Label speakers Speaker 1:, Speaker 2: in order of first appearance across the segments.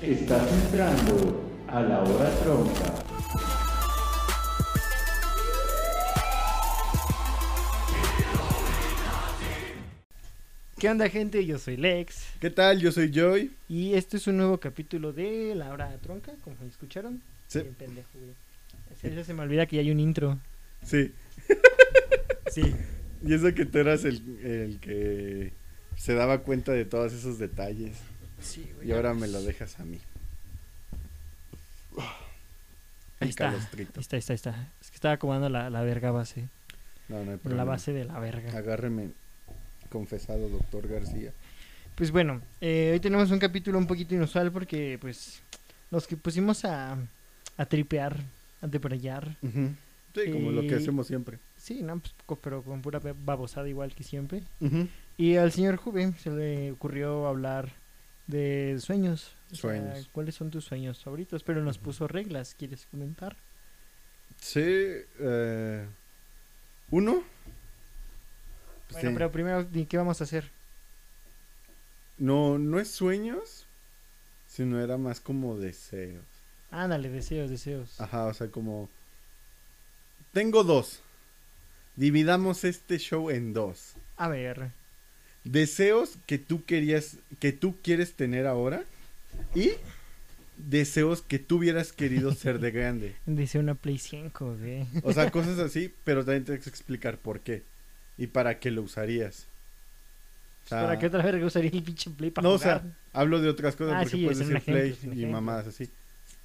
Speaker 1: Estás entrando a la hora tronca.
Speaker 2: ¿Qué onda gente? Yo soy Lex
Speaker 3: ¿Qué tal? Yo soy Joy.
Speaker 2: y este es un nuevo capítulo de La Hora Tronca, como escucharon.
Speaker 3: Sí.
Speaker 2: Bien pendejo, güey. Es que ya se me olvida que ya hay un intro.
Speaker 3: Sí.
Speaker 2: Sí.
Speaker 3: Y eso que tú eras el, el que se daba cuenta de todos esos detalles.
Speaker 2: Sí, güey.
Speaker 3: Y ahora me lo dejas a mí.
Speaker 2: Ahí está. Ahí
Speaker 3: calostrito.
Speaker 2: está, ahí está, ahí está. Es que estaba acomodando la, la verga base.
Speaker 3: No, no hay
Speaker 2: La
Speaker 3: problema.
Speaker 2: base de la verga.
Speaker 3: Agárreme. Confesado, doctor García.
Speaker 2: Pues bueno, eh, hoy tenemos un capítulo un poquito inusual porque pues nos que pusimos a, a tripear, a debrayar.
Speaker 3: Sí, como lo
Speaker 2: Y-
Speaker 3: que hacemos siempre.
Speaker 2: Sí, no, pues, co- pero con pura pe- babosada igual que siempre. Y al señor Juve se le ocurrió hablar de sueños. O sea,
Speaker 3: Sueños.
Speaker 2: ¿Cuáles son tus sueños favoritos? Pero nos puso reglas, ¿quieres comentar?
Speaker 3: Sí. eh, ¿Uno? Pues
Speaker 2: Bueno,
Speaker 3: sí.
Speaker 2: pero primero, di, ¿qué vamos a hacer?
Speaker 3: No, no es sueños, sino era más como deseos.
Speaker 2: Ándale, deseos, deseos.
Speaker 3: Ajá, o sea, como... Tengo dos. Dividamos este show en dos.
Speaker 2: A ver,
Speaker 3: Deseos que tú querías, que tú quieres tener ahora y deseos que tú hubieras querido ser de grande.
Speaker 2: dice una Play 5, güey.
Speaker 3: O sea, cosas así, pero también tienes que explicar por qué y para qué lo usarías. O sea,
Speaker 2: ¿Para qué otra verga usaría el pinche Play para
Speaker 3: no, o
Speaker 2: jugar?
Speaker 3: sea, hablo de otras cosas
Speaker 2: Ah,
Speaker 3: porque
Speaker 2: sí,
Speaker 3: puedes
Speaker 2: es un ejemplo,
Speaker 3: decir play
Speaker 2: es un
Speaker 3: y
Speaker 2: ejemplo.
Speaker 3: mamadas así.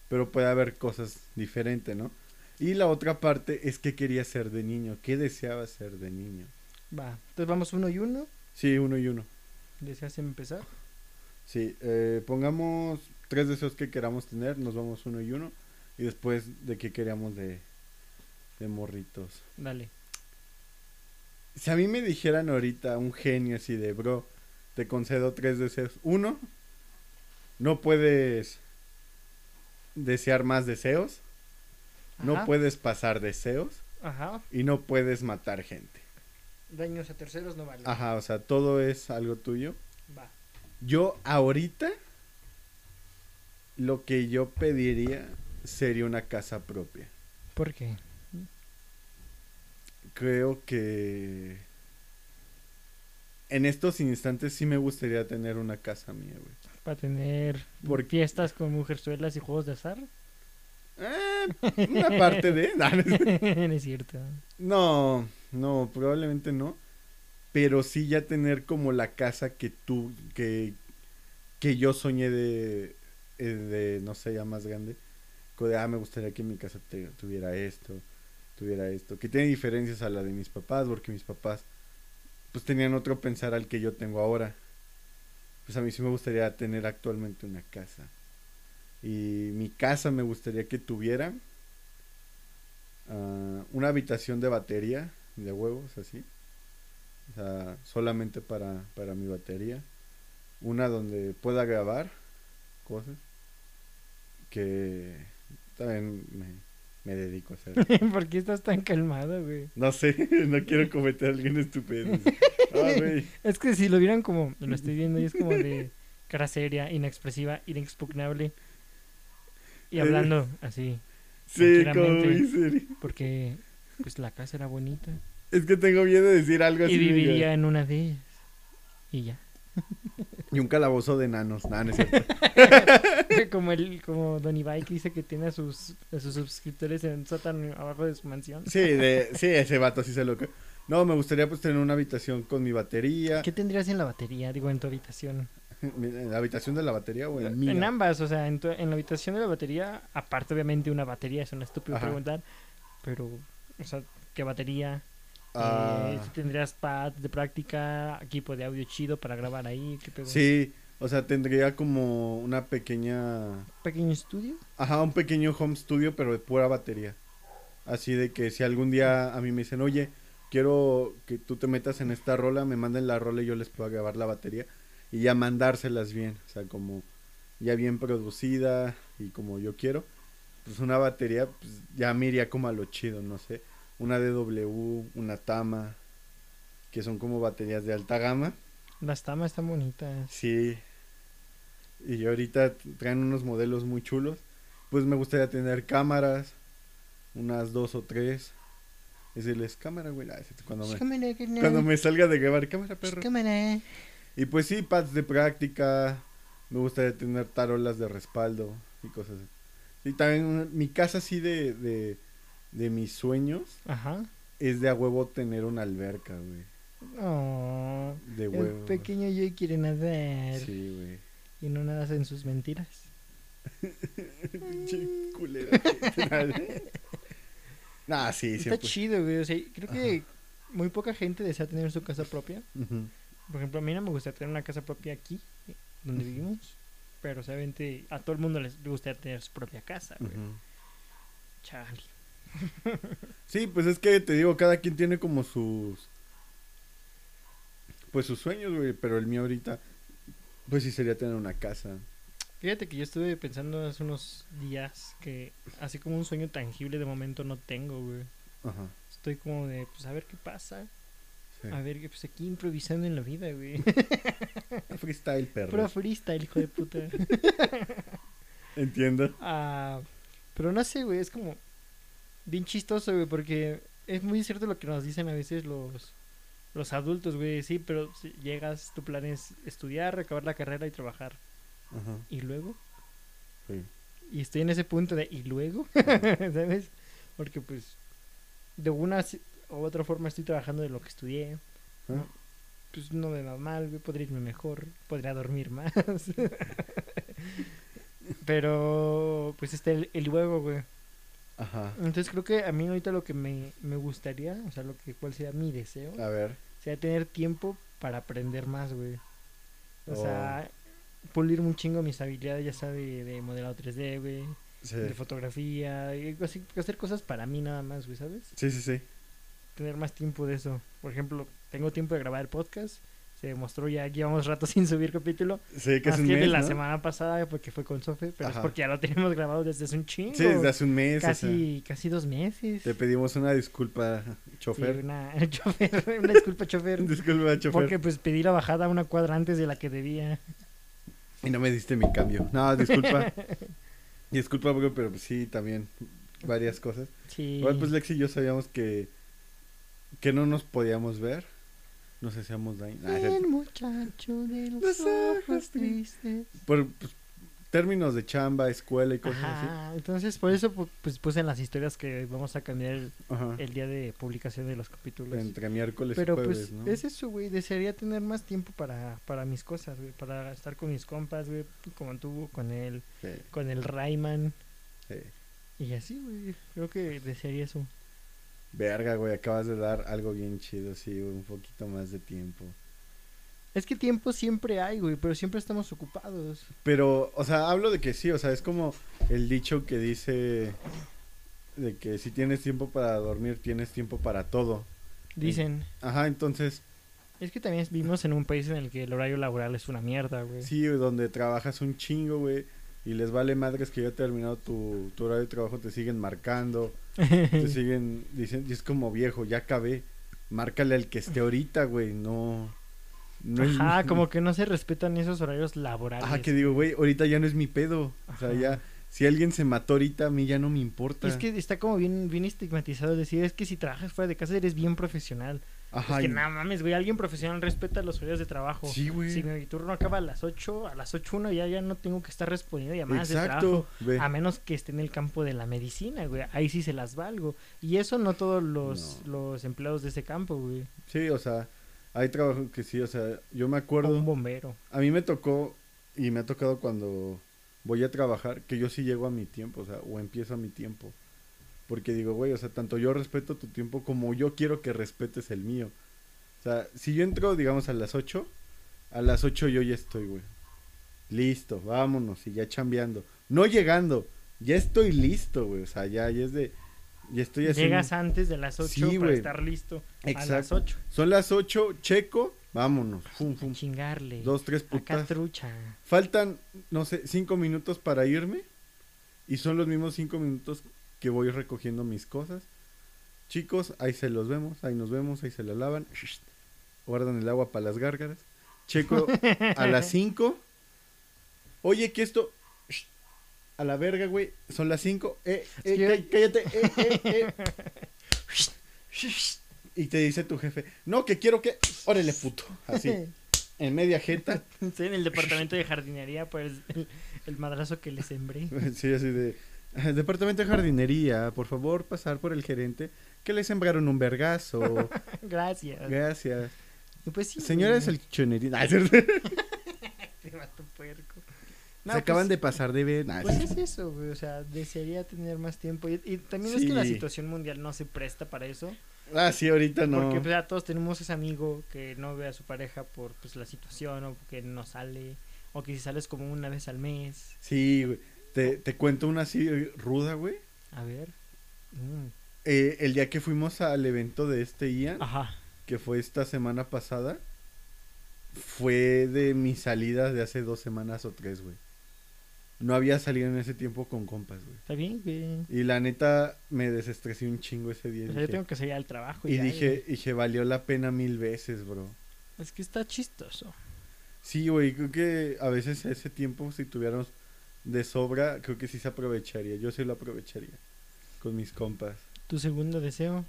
Speaker 3: Pero puede haber cosas diferentes, ¿no? Y la otra parte es que quería ser de niño. ¿Qué deseaba ser de niño?
Speaker 2: Va, entonces vamos uno y uno.
Speaker 3: Sí, uno y uno.
Speaker 2: ¿Deseas empezar?
Speaker 3: Sí, eh, pongamos tres deseos que queramos tener, nos vamos uno y uno. Y después de qué queríamos de, de morritos.
Speaker 2: Dale.
Speaker 3: Si a mí me dijeran ahorita un genio así de, bro, te concedo tres deseos. Uno, no puedes desear más deseos,
Speaker 2: Ajá,
Speaker 3: no puedes pasar deseos
Speaker 2: Ajá.
Speaker 3: y no puedes matar gente.
Speaker 2: Daños a terceros no vale.
Speaker 3: Ajá, o sea, todo es algo tuyo.
Speaker 2: Va.
Speaker 3: Yo ahorita lo que yo pediría sería una casa propia.
Speaker 2: ¿Por qué?
Speaker 3: Creo que en estos instantes sí me gustaría tener una casa mía, güey.
Speaker 2: Para tener
Speaker 3: Por-
Speaker 2: fiestas con mujerzuelas y juegos de azar.
Speaker 3: Eh, una parte de. No, no es-
Speaker 2: no es cierto.
Speaker 3: No, no, probablemente no. Pero sí ya tener como la casa que tú, que, que yo soñé de, eh, de, no sé, ya más grande. Como de, ah, me gustaría que mi casa te- tuviera esto, tuviera esto. Que tiene diferencias a la de mis papás, porque mis papás, pues tenían otro pensar al que yo tengo ahora. Pues a mí sí me gustaría tener actualmente una casa. Y mi casa me gustaría que tuviera ah, una habitación de batería, de huevos, así. O sea, solamente para, para mi batería. Una donde pueda grabar cosas. Que también me, me dedico a hacer.
Speaker 2: ¿Por qué estás tan calmado, güey?
Speaker 3: No sé, no quiero cometer alguna estupidez. Ah, güey.
Speaker 2: Es que si lo vieran como lo estoy viendo y es como de cara seria, inexpresiva, inexpugnable. Y hablando así,
Speaker 3: Sí, como
Speaker 2: Tranquilamente.
Speaker 3: muy serio.
Speaker 2: porque pues la casa era bonita
Speaker 3: Es que tengo miedo de decir algo así.
Speaker 2: y
Speaker 3: diga,
Speaker 2: viviría en una de ellas. Y ya.
Speaker 3: Y un calabozo de enanos. Nah, no es cierto.
Speaker 2: como el como Don Ibai que dice que tiene a sus a sus suscriptores en un sótano abajo de su mansión.
Speaker 3: Sí, de, sí, ese vato sí se lo... No, me gustaría pues tener una habitación con mi batería.
Speaker 2: ¿Qué tendrías en la batería, digo, en tu habitación?
Speaker 3: ¿En la habitación de la batería o en mía?
Speaker 2: En ambas, o sea, en, tu- en la habitación de la batería, aparte obviamente una batería, es una estúpida
Speaker 3: Ajá.
Speaker 2: preguntar, pero, o sea, ¿qué batería?
Speaker 3: Ah,
Speaker 2: Eh, si tendrías pads de práctica, equipo de audio chido para grabar ahí, ¿qué pedo?
Speaker 3: sí, o sea, tendría como una pequeña...
Speaker 2: ¿Pequeño estudio?
Speaker 3: Ajá, un pequeño home studio, pero de pura batería. Así de que si algún día a mí me dicen, oye, quiero que tú te metas en esta rola, me manden la rola y yo les puedo grabar la batería. Y ya mandárselas bien, o sea, como ya bien producida y como yo quiero. Pues una batería, pues ya me iría como a lo chido, no sé. Una DW, una Tama, que son como baterías de alta gama.
Speaker 2: Las tamas están bonitas.
Speaker 3: Sí. Y ahorita traen unos modelos muy chulos. Pues me gustaría tener cámaras, unas dos o tres. Decirles, cámara, güey. Ah, Cuando me,
Speaker 2: Cámara, que no.
Speaker 3: cuando me salga de grabar, cámara, perro.
Speaker 2: Cámara.
Speaker 3: Y pues sí, pads de práctica. Me gustaría tener tarolas de respaldo y cosas así. Y también una- mi casa así de, de, de mis sueños
Speaker 2: Ajá.
Speaker 3: es de a huevo tener una alberca, güey.
Speaker 2: Oh,
Speaker 3: De
Speaker 2: el
Speaker 3: huevo.
Speaker 2: pequeño yo quiere nadar
Speaker 3: Sí, güey.
Speaker 2: y no nadas en sus mentiras.
Speaker 3: Pinche culera. nah, sí,
Speaker 2: Está
Speaker 3: siempre.
Speaker 2: chido, güey. O sea, creo que muy poca gente desea tener su casa propia.
Speaker 3: Ujú.
Speaker 2: Por ejemplo, a mí no me gustaría tener una casa propia aquí, eh, donde vivimos. Pero, obviamente, a todo el mundo les gustaría tener su propia casa, güey.
Speaker 3: Ujú.
Speaker 2: Chale.
Speaker 3: Sí, pues es que te digo, cada quien tiene como sus. Pues sus sueños, güey. Pero el mío ahorita, pues sí sería tener una casa.
Speaker 2: Fíjate que yo estuve pensando hace unos días que así como un sueño tangible de momento no tengo, güey.
Speaker 3: Ajá.
Speaker 2: Estoy como de, pues a ver qué pasa.
Speaker 3: Sí.
Speaker 2: A ver, pues aquí improvisando en la vida, güey. Ah,
Speaker 3: Freestyle, perro.
Speaker 2: Pura freestyle, hijo de puta.
Speaker 3: Entiendo.
Speaker 2: Ah, pero no sé, güey, es como bien chistoso, güey, porque es muy cierto lo que nos dicen a veces los, los adultos, güey. Sí, pero si llegas, tu plan es estudiar, acabar la carrera y trabajar.
Speaker 3: Ajá.
Speaker 2: ¿Y luego?
Speaker 3: Sí.
Speaker 2: Y estoy en ese punto de ¿y luego? ¿Sabes? Porque pues de una si- u otra forma estoy trabajando de lo que estudié.
Speaker 3: Ah.
Speaker 2: Pues no me va mal, güey, podría irme mejor, podría dormir más. Pero pues está el, el luego, güey.
Speaker 3: Ajá.
Speaker 2: Entonces creo que a mí ahorita lo que me, me gustaría, o sea, lo que cuál sería mi deseo,
Speaker 3: A ver.
Speaker 2: sería tener tiempo para aprender más, güey. O sea,
Speaker 3: Oh.
Speaker 2: pulir un chingo mis habilidades, ya sea de, de modelado 3D, güey,
Speaker 3: Sí,
Speaker 2: de fotografía, y así, hacer cosas para mí nada más, güey, ¿sabes?
Speaker 3: sí, sí. sí.
Speaker 2: Tener más tiempo de eso. Por ejemplo, tengo tiempo de grabar el podcast. Se demostró ya, llevamos rato sin subir capítulo.
Speaker 3: Sí, que
Speaker 2: más
Speaker 3: es un
Speaker 2: que el de
Speaker 3: mes,
Speaker 2: la
Speaker 3: ¿no?
Speaker 2: semana pasada, porque fue con Sofe, pero
Speaker 3: Ajá.
Speaker 2: es porque ya lo tenemos grabado desde hace un chingo.
Speaker 3: Sí, desde hace un mes. o sea,
Speaker 2: casi, casi dos meses.
Speaker 3: te pedimos una disculpa,
Speaker 2: Sí,
Speaker 3: chofer.
Speaker 2: una, chofer, una disculpa, chofer.
Speaker 3: Disculpa, chofer.
Speaker 2: Porque pues pedí la bajada una cuadra antes de la que debía.
Speaker 3: Y no me diste mi cambio. No, disculpa. disculpa, bro, pero pues sí, también varias cosas.
Speaker 2: Sí.
Speaker 3: Igual, pues Lex y yo sabíamos que, que no nos podíamos ver. Nos hacíamos daño. Ah, es
Speaker 2: El
Speaker 3: cierto.
Speaker 2: muchacho de los,
Speaker 3: Los ojos
Speaker 2: ojos tristes.
Speaker 3: Por pues, términos de chamba, escuela y cosas
Speaker 2: Ajá, entonces por eso pu- pues puse en las historias que vamos a cambiar el,
Speaker 3: así. Ajá.
Speaker 2: el día de publicación de los capítulos.
Speaker 3: Entre miércoles
Speaker 2: Eh, pues, Pero
Speaker 3: y jueves,
Speaker 2: pues
Speaker 3: ¿no?
Speaker 2: es eso, güey, desearía tener más tiempo para, para mis cosas, güey, para estar con mis compas, güey, como tú, con el,
Speaker 3: Sí,
Speaker 2: con el Rayman
Speaker 3: sí.
Speaker 2: y así, güey, creo que desearía eso.
Speaker 3: Verga, güey, acabas de dar algo bien chido, sí, un poquito más de tiempo.
Speaker 2: Es que tiempo siempre hay, güey, pero siempre estamos ocupados.
Speaker 3: Pero, o sea, hablo de que sí, o sea, es como el dicho que dice de que si tienes tiempo para dormir, tienes tiempo para todo.
Speaker 2: Dicen,
Speaker 3: Ajá, entonces,
Speaker 2: es que también vivimos en un país en el que el horario laboral es una mierda, güey.
Speaker 3: sí, donde trabajas un chingo, güey, y les vale madres que ya terminado tu, tu horario de trabajo, te siguen marcando, te siguen diciendo, y es como viejo, ya acabé, márcale al que esté ahorita, güey, no. no es-
Speaker 2: Ajá, como que no se respetan esos horarios laborales.
Speaker 3: Ajá, que digo, güey, ahorita ya no es mi pedo. O
Speaker 2: Ajá.
Speaker 3: sea, ya, si alguien se mató ahorita, a mí ya no me importa.
Speaker 2: Y es que está como bien, bien estigmatizado es decir, es que si trabajas fuera de casa eres bien profesional.
Speaker 3: Ajá,
Speaker 2: es que
Speaker 3: y-
Speaker 2: nada mames, güey, alguien profesional respeta los horarios de trabajo.
Speaker 3: Sí, güey.
Speaker 2: Si mi turno acaba a las 8, a las 8 uno ya, ya no tengo que estar respondiendo llamadas de trabajo.
Speaker 3: Exacto. Ve.
Speaker 2: A menos que esté en el campo de la medicina, güey. Ahí sí se las valgo. Y eso no todos los, los empleados de ese campo, güey.
Speaker 3: Sí, o sea, hay trabajo que sí, o sea, yo
Speaker 2: O
Speaker 3: me
Speaker 2: un
Speaker 3: acuerdo.
Speaker 2: bombero.
Speaker 3: A mí me tocó, y me ha tocado cuando voy a trabajar, que yo sí llego a mi tiempo, o sea, o empiezo a mi tiempo. Porque digo, güey, o sea, tanto yo respeto tu tiempo como yo quiero que respetes el mío. O sea, si yo entro, digamos, a las 8, a las 8 yo ya estoy, güey. Listo, vámonos, y ya chambeando. No llegando, ya estoy listo, güey. O sea, ya, ya es de. Ya estoy haciendo.
Speaker 2: Llegas antes de las 8
Speaker 3: Sí,
Speaker 2: para
Speaker 3: güey.
Speaker 2: estar listo
Speaker 3: Exacto.
Speaker 2: a las 8.
Speaker 3: Son las 8, checo, vámonos. Fum, fum.
Speaker 2: Chingarle.
Speaker 3: Dos, tres
Speaker 2: Acá
Speaker 3: putas.
Speaker 2: trucha.
Speaker 3: Faltan, no sé, cinco minutos para irme. Y son los mismos cinco minutos que voy recogiendo mis cosas. Chicos, ahí se los vemos, ahí nos vemos, ahí se la lavan. Guardan el agua para las gárgaras. Checo a las 5. Oye, que esto. Shh. A la verga, güey. Son las 5. Eh, eh,
Speaker 2: que-
Speaker 3: cá- cállate. eh, eh, eh. Y te dice tu jefe: No, que quiero que. Órale, puto. Así. En media jeta.
Speaker 2: Sí, en el departamento de jardinería, pues el, el madrazo que le sembré.
Speaker 3: Sí, así de. "Ah, Departamento de jardinería, por favor, pasar por el gerente. Que le sembraron un vergazo.
Speaker 2: Gracias.
Speaker 3: Gracias.
Speaker 2: Y Pues sí.
Speaker 3: Señora de
Speaker 2: güey,
Speaker 3: salchichonería. Ah, es cierto. Se
Speaker 2: este vato puerco.
Speaker 3: acaban de pasar de ver. Ah, es
Speaker 2: Pues
Speaker 3: cierto.
Speaker 2: es eso, güey. O sea, desearía tener más tiempo. Y, y también es que la
Speaker 3: Sí.
Speaker 2: situación mundial no se presta para eso.
Speaker 3: Ah, sí, ahorita no.
Speaker 2: Porque pues, ya todos tenemos ese amigo que no ve a su pareja por pues, la situación o que no sale. O que si sales como una vez al mes.
Speaker 3: Sí, güey. Te, te cuento una así eh, ruda, güey.
Speaker 2: A ver. Mm.
Speaker 3: Eh, el día que fuimos al evento de este Ian,
Speaker 2: Ajá.
Speaker 3: que fue esta semana pasada, fue de mis salidas de hace dos semanas o tres, güey. No había salido en ese tiempo con compas, güey.
Speaker 2: Está bien, güey.
Speaker 3: Y la neta, me desestresé un chingo ese
Speaker 2: O
Speaker 3: día. y
Speaker 2: sea, yo
Speaker 3: dije-
Speaker 2: tengo que salir al trabajo.
Speaker 3: y
Speaker 2: ya,
Speaker 3: dije, dije, valió la pena mil veces, bro.
Speaker 2: güey. Es que está chistoso.
Speaker 3: Sí, güey, creo que a veces ese tiempo, si tuviéramos de sobra, creo que sí se aprovecharía. Yo sí lo aprovecharía con mis compas.
Speaker 2: Tu segundo deseo.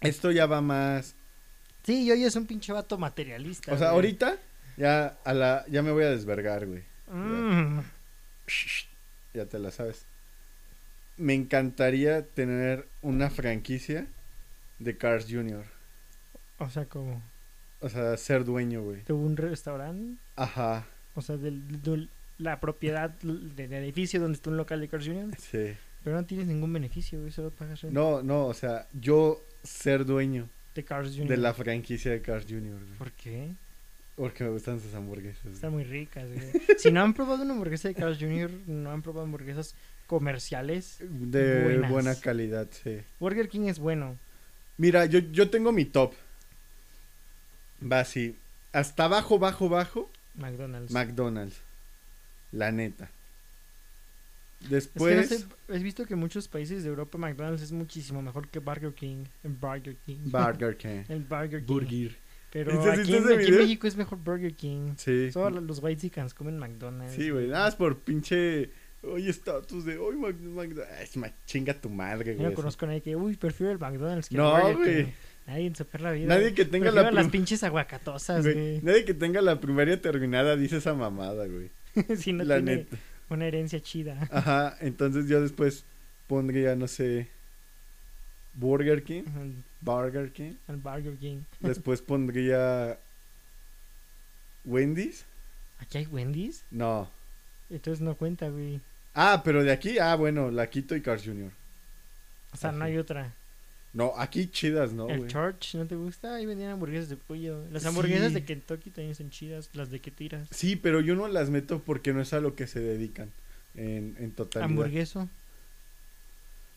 Speaker 3: Esto ya va más.
Speaker 2: Sí, yo ya es un pinche vato materialista.
Speaker 3: O sea,
Speaker 2: güey.
Speaker 3: ahorita ya a la ya me voy a desvergar, güey.
Speaker 2: Mm.
Speaker 3: Ya te la sabes. Me encantaría tener una franquicia de Cars Jr.
Speaker 2: O sea, como.
Speaker 3: O sea, ser dueño, güey.
Speaker 2: Tengo un restaurante.
Speaker 3: Ajá,
Speaker 2: O sea, del, del- la propiedad del del edificio donde está un local de Cars Jr.
Speaker 3: sí.
Speaker 2: Pero no tienes ningún beneficio, güey. Solo pagas renta
Speaker 3: No, no, o sea, yo ser dueño
Speaker 2: de Cars Jr.
Speaker 3: de la franquicia de Cars Jr. güey.
Speaker 2: ¿Por qué?
Speaker 3: Porque me gustan sus hamburguesas. güey.
Speaker 2: Están muy ricas, güey. si no han probado una hamburguesa de Cars Jr., no han probado hamburguesas comerciales.
Speaker 3: De
Speaker 2: Buenas.
Speaker 3: buena calidad, sí.
Speaker 2: Burger King es bueno.
Speaker 3: Mira, yo, yo tengo mi top. Va así. Hasta abajo, bajo, bajo,
Speaker 2: McDonald's.
Speaker 3: McDonald's. La neta.
Speaker 2: Es que no
Speaker 3: Después.
Speaker 2: sé,
Speaker 3: Pues-
Speaker 2: has visto que en muchos países de Europa McDonald's es muchísimo mejor que Burger King. El Burger King.
Speaker 3: Burger King.
Speaker 2: el Burger King.
Speaker 3: Burger.
Speaker 2: Pero
Speaker 3: ¿Viste-
Speaker 2: aquí,
Speaker 3: viste
Speaker 2: en-
Speaker 3: ese
Speaker 2: aquí en
Speaker 3: video?
Speaker 2: México es mejor Burger King.
Speaker 3: Sí.
Speaker 2: Todos los white chickens comen McDonald's.
Speaker 3: Sí, güey. Nada más por pinche. Hoy estatus de hoy, McDonald's. chinga tu madre,
Speaker 2: Yo
Speaker 3: güey.
Speaker 2: no conozco a nadie que, uy, prefiero el McDonald's que el
Speaker 3: No,
Speaker 2: Burger
Speaker 3: güey.
Speaker 2: King". Nadie en su perra vida.
Speaker 3: Nadie que tenga la
Speaker 2: Prefiero las
Speaker 3: prim-
Speaker 2: pinches aguacatosas,
Speaker 3: Güey,
Speaker 2: güey.
Speaker 3: Nadie que tenga la primaria terminada dice esa mamada, güey.
Speaker 2: si no
Speaker 3: la
Speaker 2: tiene
Speaker 3: neta.
Speaker 2: una herencia chida.
Speaker 3: Ajá, entonces yo después pondría, no sé, Burger King,
Speaker 2: Al
Speaker 3: Burger King.
Speaker 2: al Burger King.
Speaker 3: Después pondría Wendy's.
Speaker 2: ¿Aquí hay Wendy's?
Speaker 3: No.
Speaker 2: Entonces no cuenta, güey.
Speaker 3: Ah, pero de aquí, ah, bueno, la Quito y Cars Jr.
Speaker 2: O sea, no
Speaker 3: Ajá.
Speaker 2: hay otra.
Speaker 3: No, aquí chidas, ¿no,
Speaker 2: el
Speaker 3: Oh, güey?
Speaker 2: Church, ¿no te gusta? Ahí vendían hamburguesas de pollo. Las
Speaker 3: Sí.
Speaker 2: hamburguesas de Kentucky también son chidas. Las de que tiras.
Speaker 3: Sí, pero yo no las meto porque no es a lo que se dedican en, en totalidad.
Speaker 2: Hamburgueso.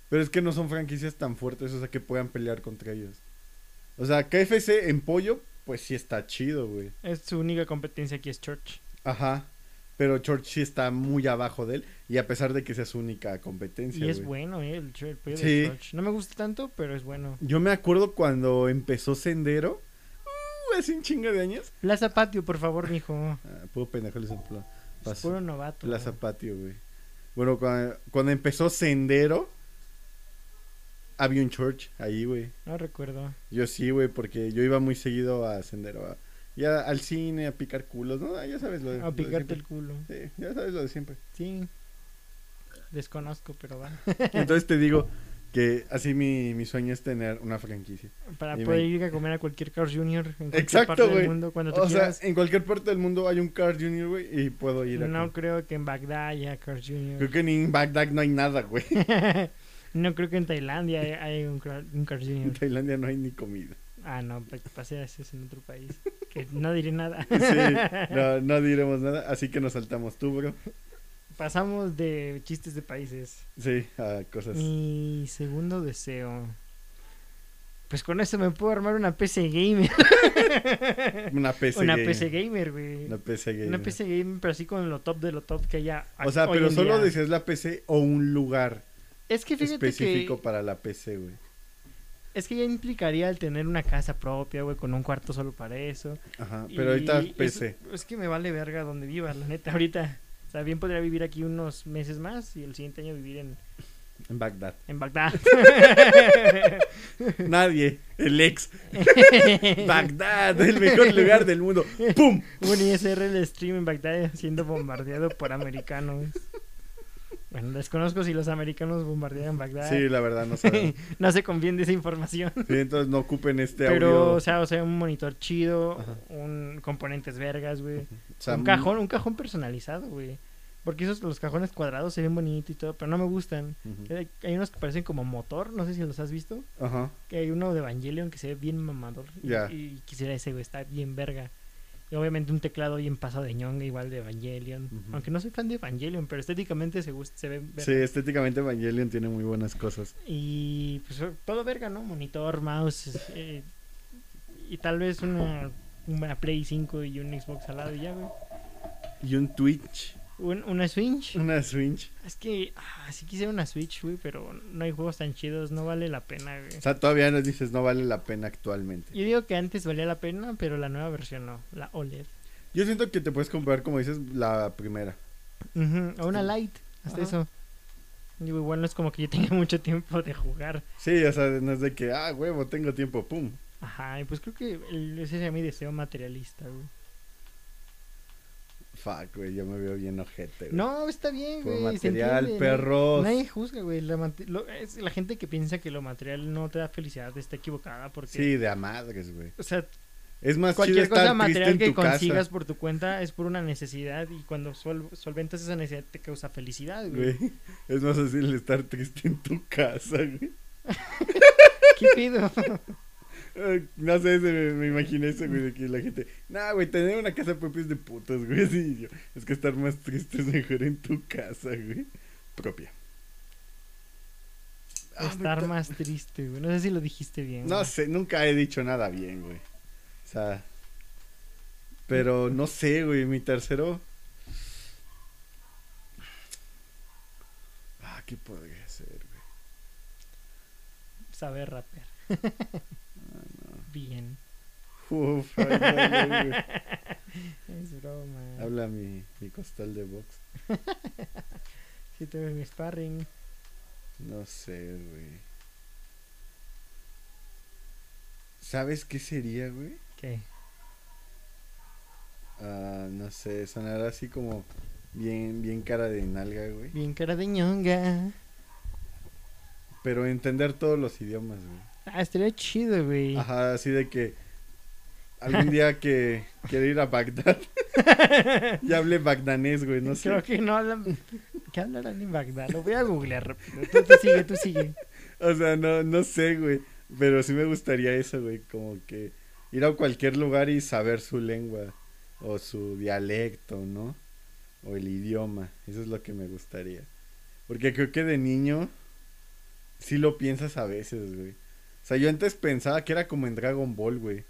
Speaker 3: Pero es que no son franquicias tan fuertes, o sea, que puedan pelear contra ellos. O sea, KFC en pollo, pues sí está chido, güey.
Speaker 2: Es su única competencia aquí es Church.
Speaker 3: Ajá. Pero Church sí está muy abajo de él. Y a pesar de que sea su única competencia.
Speaker 2: Y es
Speaker 3: güey.
Speaker 2: bueno, eh, el, chur- el pollo
Speaker 3: Sí.
Speaker 2: de Church. No me gusta tanto, pero es bueno.
Speaker 3: Yo me acuerdo cuando empezó Sendero. Uh, hace un chingo de años.
Speaker 2: Plaza Patio, por favor, mijo.
Speaker 3: Ah, puedo pendejarles un pla-
Speaker 2: Es
Speaker 3: pas-
Speaker 2: puro novato.
Speaker 3: Plaza Patio, güey. Bueno, cuando, cuando empezó Sendero, había un church ahí, güey.
Speaker 2: No recuerdo.
Speaker 3: Yo sí, güey, porque yo iba muy seguido a Sendero. a- ya al cine, a picar culos, ¿no? Ah, Ya sabes lo de.
Speaker 2: A
Speaker 3: lo de
Speaker 2: picarte el
Speaker 3: siempre.
Speaker 2: culo.
Speaker 3: Sí, ya sabes lo de siempre.
Speaker 2: Sí. Desconozco, pero va.
Speaker 3: Entonces te digo que así mi, mi sueño es tener una franquicia.
Speaker 2: Para
Speaker 3: Dime.
Speaker 2: poder ir a comer a cualquier Carl Jr. en cualquier
Speaker 3: Exacto,
Speaker 2: parte del
Speaker 3: güey.
Speaker 2: mundo cuando tú
Speaker 3: O sea,
Speaker 2: quieras.
Speaker 3: en cualquier parte del mundo hay un Carl Jr., güey, y puedo ir a
Speaker 2: No creo que en Bagdad haya Carl Jr.
Speaker 3: Creo que ni en Bagdad no hay nada, güey.
Speaker 2: no creo que en Tailandia hay, hay un, Carl- un Carl
Speaker 3: En
Speaker 2: Jr.
Speaker 3: Tailandia no hay ni comida.
Speaker 2: Ah, no, pa- pasé eso es en otro país. Que no diré nada.
Speaker 3: Sí, no, no diremos nada, así que nos saltamos tú, bro.
Speaker 2: Pasamos de chistes de países.
Speaker 3: Sí, a cosas.
Speaker 2: Mi segundo deseo. Pues con eso me puedo armar una PC gamer.
Speaker 3: Una PC
Speaker 2: Mm. una
Speaker 3: gamer.
Speaker 2: PC gamer, güey.
Speaker 3: Una PC gamer.
Speaker 2: Una PC gamer, pero así con lo top de lo top que haya.
Speaker 3: O sea,
Speaker 2: hoy
Speaker 3: pero
Speaker 2: en
Speaker 3: solo
Speaker 2: día.
Speaker 3: decías la PC o un lugar
Speaker 2: Es que fíjate
Speaker 3: específico
Speaker 2: que
Speaker 3: para la PC, güey.
Speaker 2: Es que ya implicaría el tener una casa propia, güey, con un cuarto solo para eso.
Speaker 3: Ajá, pero ahorita
Speaker 2: Y
Speaker 3: PC.
Speaker 2: Es, es que me vale verga donde viva, la neta, ahorita. O sea, bien podría vivir aquí unos meses más y el siguiente año vivir en,
Speaker 3: En Bagdad.
Speaker 2: en Bagdad.
Speaker 3: Nadie. El ex. Bagdad, el mejor lugar del mundo. ¡Pum!
Speaker 2: Un ISR el stream en Bagdad siendo bombardeado por americanos. Bueno, desconozco si los americanos bombardearon Bagdad.
Speaker 3: Sí, la verdad, no sabemos.
Speaker 2: no se conviene esa información.
Speaker 3: Sí, entonces no ocupen este
Speaker 2: Pero,
Speaker 3: audio.
Speaker 2: o sea, o sea, un monitor chido,
Speaker 3: Ajá.
Speaker 2: un componentes vergas, güey.
Speaker 3: O sea,
Speaker 2: un cajón, un cajón personalizado, güey. Porque esos los cajones cuadrados se ven bonitos y todo, pero no me gustan.
Speaker 3: Ujú.
Speaker 2: Hay hay unos que parecen como motor, no sé si los has visto.
Speaker 3: Ajá.
Speaker 2: Que hay uno de Evangelion que se ve bien mamador. y-
Speaker 3: Ya.
Speaker 2: Y, quisiera ese, güey, está bien verga. Y obviamente un teclado bien pasado de ñonga, igual de Evangelion.
Speaker 3: Ujú.
Speaker 2: Aunque no soy fan de Evangelion, pero estéticamente se, gus- se ve verga.
Speaker 3: Sí, estéticamente Evangelion tiene muy buenas cosas.
Speaker 2: Y pues todo verga, ¿no? Monitor, mouse. eh, y tal vez una, una Play 5 y un Xbox al lado y ya, güey.
Speaker 3: Y un Twitch.
Speaker 2: Un- una Switch.
Speaker 3: Una Switch.
Speaker 2: Es que ah, sí quisiera una Switch, güey, pero no hay juegos tan chidos, no vale la pena, güey.
Speaker 3: O sea, todavía nos dices, no vale la pena actualmente.
Speaker 2: Yo digo que antes valía la pena, pero la nueva versión no, la OLED.
Speaker 3: Yo siento que te puedes comprar, como dices, la primera.
Speaker 2: Ujú, O una Lite, hasta
Speaker 3: Ajá.
Speaker 2: eso. Digo, igual no es como que yo tenga mucho tiempo de jugar.
Speaker 3: Sí, o sea, no es de que, ah, huevo, tengo tiempo, pum.
Speaker 2: Ajá, y pues creo que el- ese sería mi deseo materialista, güey.
Speaker 3: Fuck, güey, yo me veo bien ojete, güey.
Speaker 2: No, está bien,
Speaker 3: Por
Speaker 2: güey. se
Speaker 3: material,
Speaker 2: entiende, nadie-
Speaker 3: perros.
Speaker 2: Nadie juzga, güey. La, mate- lo- es la gente que piensa que lo material no te da felicidad está equivocada porque...
Speaker 3: Sí, de a madres, güey.
Speaker 2: O sea,
Speaker 3: Es más
Speaker 2: cualquier
Speaker 3: chido estar
Speaker 2: cosa
Speaker 3: triste
Speaker 2: material
Speaker 3: en
Speaker 2: que
Speaker 3: tu casa.
Speaker 2: consigas por tu cuenta es por una necesidad y cuando sol- solventas esa necesidad te causa felicidad, güey.
Speaker 3: Güey, es más fácil estar triste en tu casa, güey.
Speaker 2: ¿Qué pido?
Speaker 3: Ay, No sé, se me, me imaginé eso, güey, de que la gente... Nah, güey, tener una casa propia es de putas, güey. Sí, yo, es que estar más triste es mejor en tu casa, güey. Propia. Ah, me
Speaker 2: Estar
Speaker 3: ta-
Speaker 2: más triste, güey. No sé si lo dijiste bien.
Speaker 3: No
Speaker 2: güey.
Speaker 3: sé, nunca he dicho nada bien, güey. O sea... Pero no sé, güey, mi tercero... Ah, ¿qué podría ser, güey?
Speaker 2: Saber rapear. Bien.
Speaker 3: Uf, ay, no, güey.
Speaker 2: Es broma.
Speaker 3: Habla mi, mi costal de box.
Speaker 2: Si te ves mi sparring.
Speaker 3: No sé, güey. ¿Sabes qué sería, güey?
Speaker 2: ¿Qué?
Speaker 3: Ah, no sé, sonará así como bien, bien cara de nalga, güey.
Speaker 2: Bien cara de ñonga.
Speaker 3: Pero entender todos los idiomas, güey.
Speaker 2: Ah, estaría chido, güey.
Speaker 3: Ajá, así de que algún día que quiero ir a Bagdad. ya hablé bagdanés, güey, no
Speaker 2: Creo
Speaker 3: sé.
Speaker 2: que no hablan. ¿Qué hablarán en Bagdad? Lo voy a googlear rápido. Tú, tú sigue, tú sigue.
Speaker 3: O sea, no, no sé, güey. Pero sí me gustaría eso, güey. Como que ir a cualquier lugar y saber su lengua. O su dialecto, ¿no? O el idioma. Eso es lo que me gustaría. Porque creo que de niño sí lo piensas a veces, güey. O sea, yo antes pensaba que era como en Dragon Ball, güey.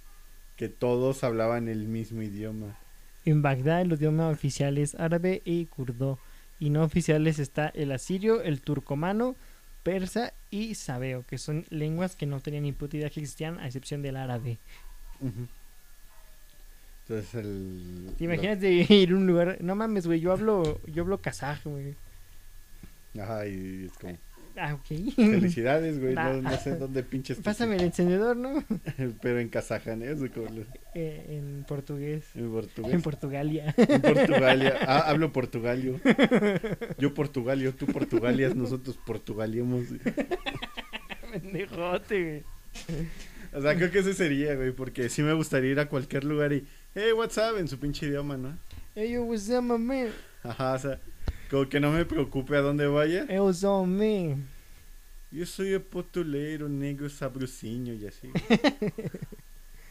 Speaker 3: Que todos hablaban el mismo idioma.
Speaker 2: En Bagdad el idioma oficial es árabe y kurdo. Y no oficiales está el asirio, el turcomano, persa y sabeo, que son lenguas que no tenían ni puta idea que existían, a excepción del árabe.
Speaker 3: Entonces el...
Speaker 2: ¿Te imaginas de ir a un lugar? No mames, güey, yo hablo, yo hablo kazaj, güey.
Speaker 3: lo- Ajá, y es como...
Speaker 2: Ah, ok.
Speaker 3: Felicidades, güey.
Speaker 2: Nah.
Speaker 3: No, no sé dónde pinches... te-
Speaker 2: Pásame el encendedor, ¿no?
Speaker 3: Pero en kazajanés, güey, como lo-
Speaker 2: Eh, en portugués.
Speaker 3: en portugués.
Speaker 2: En Portugalia.
Speaker 3: En Portugalia. Ah, hablo portugalio. Yo portugalio, tú portugalias, nosotros portugaliemos.
Speaker 2: Pendejote, güey.
Speaker 3: O sea, creo que ese sería, güey, porque sí me gustaría ir a cualquier lugar y, hey, what's up, en su pinche idioma, ¿no?
Speaker 2: Ey, yo, what's up, my man?
Speaker 3: Ajá, o sea, como que no me preocupe a dónde vaya.
Speaker 2: Ey, what's up, man?
Speaker 3: Yo soy el potuleiro, negro, sabrucinho y así.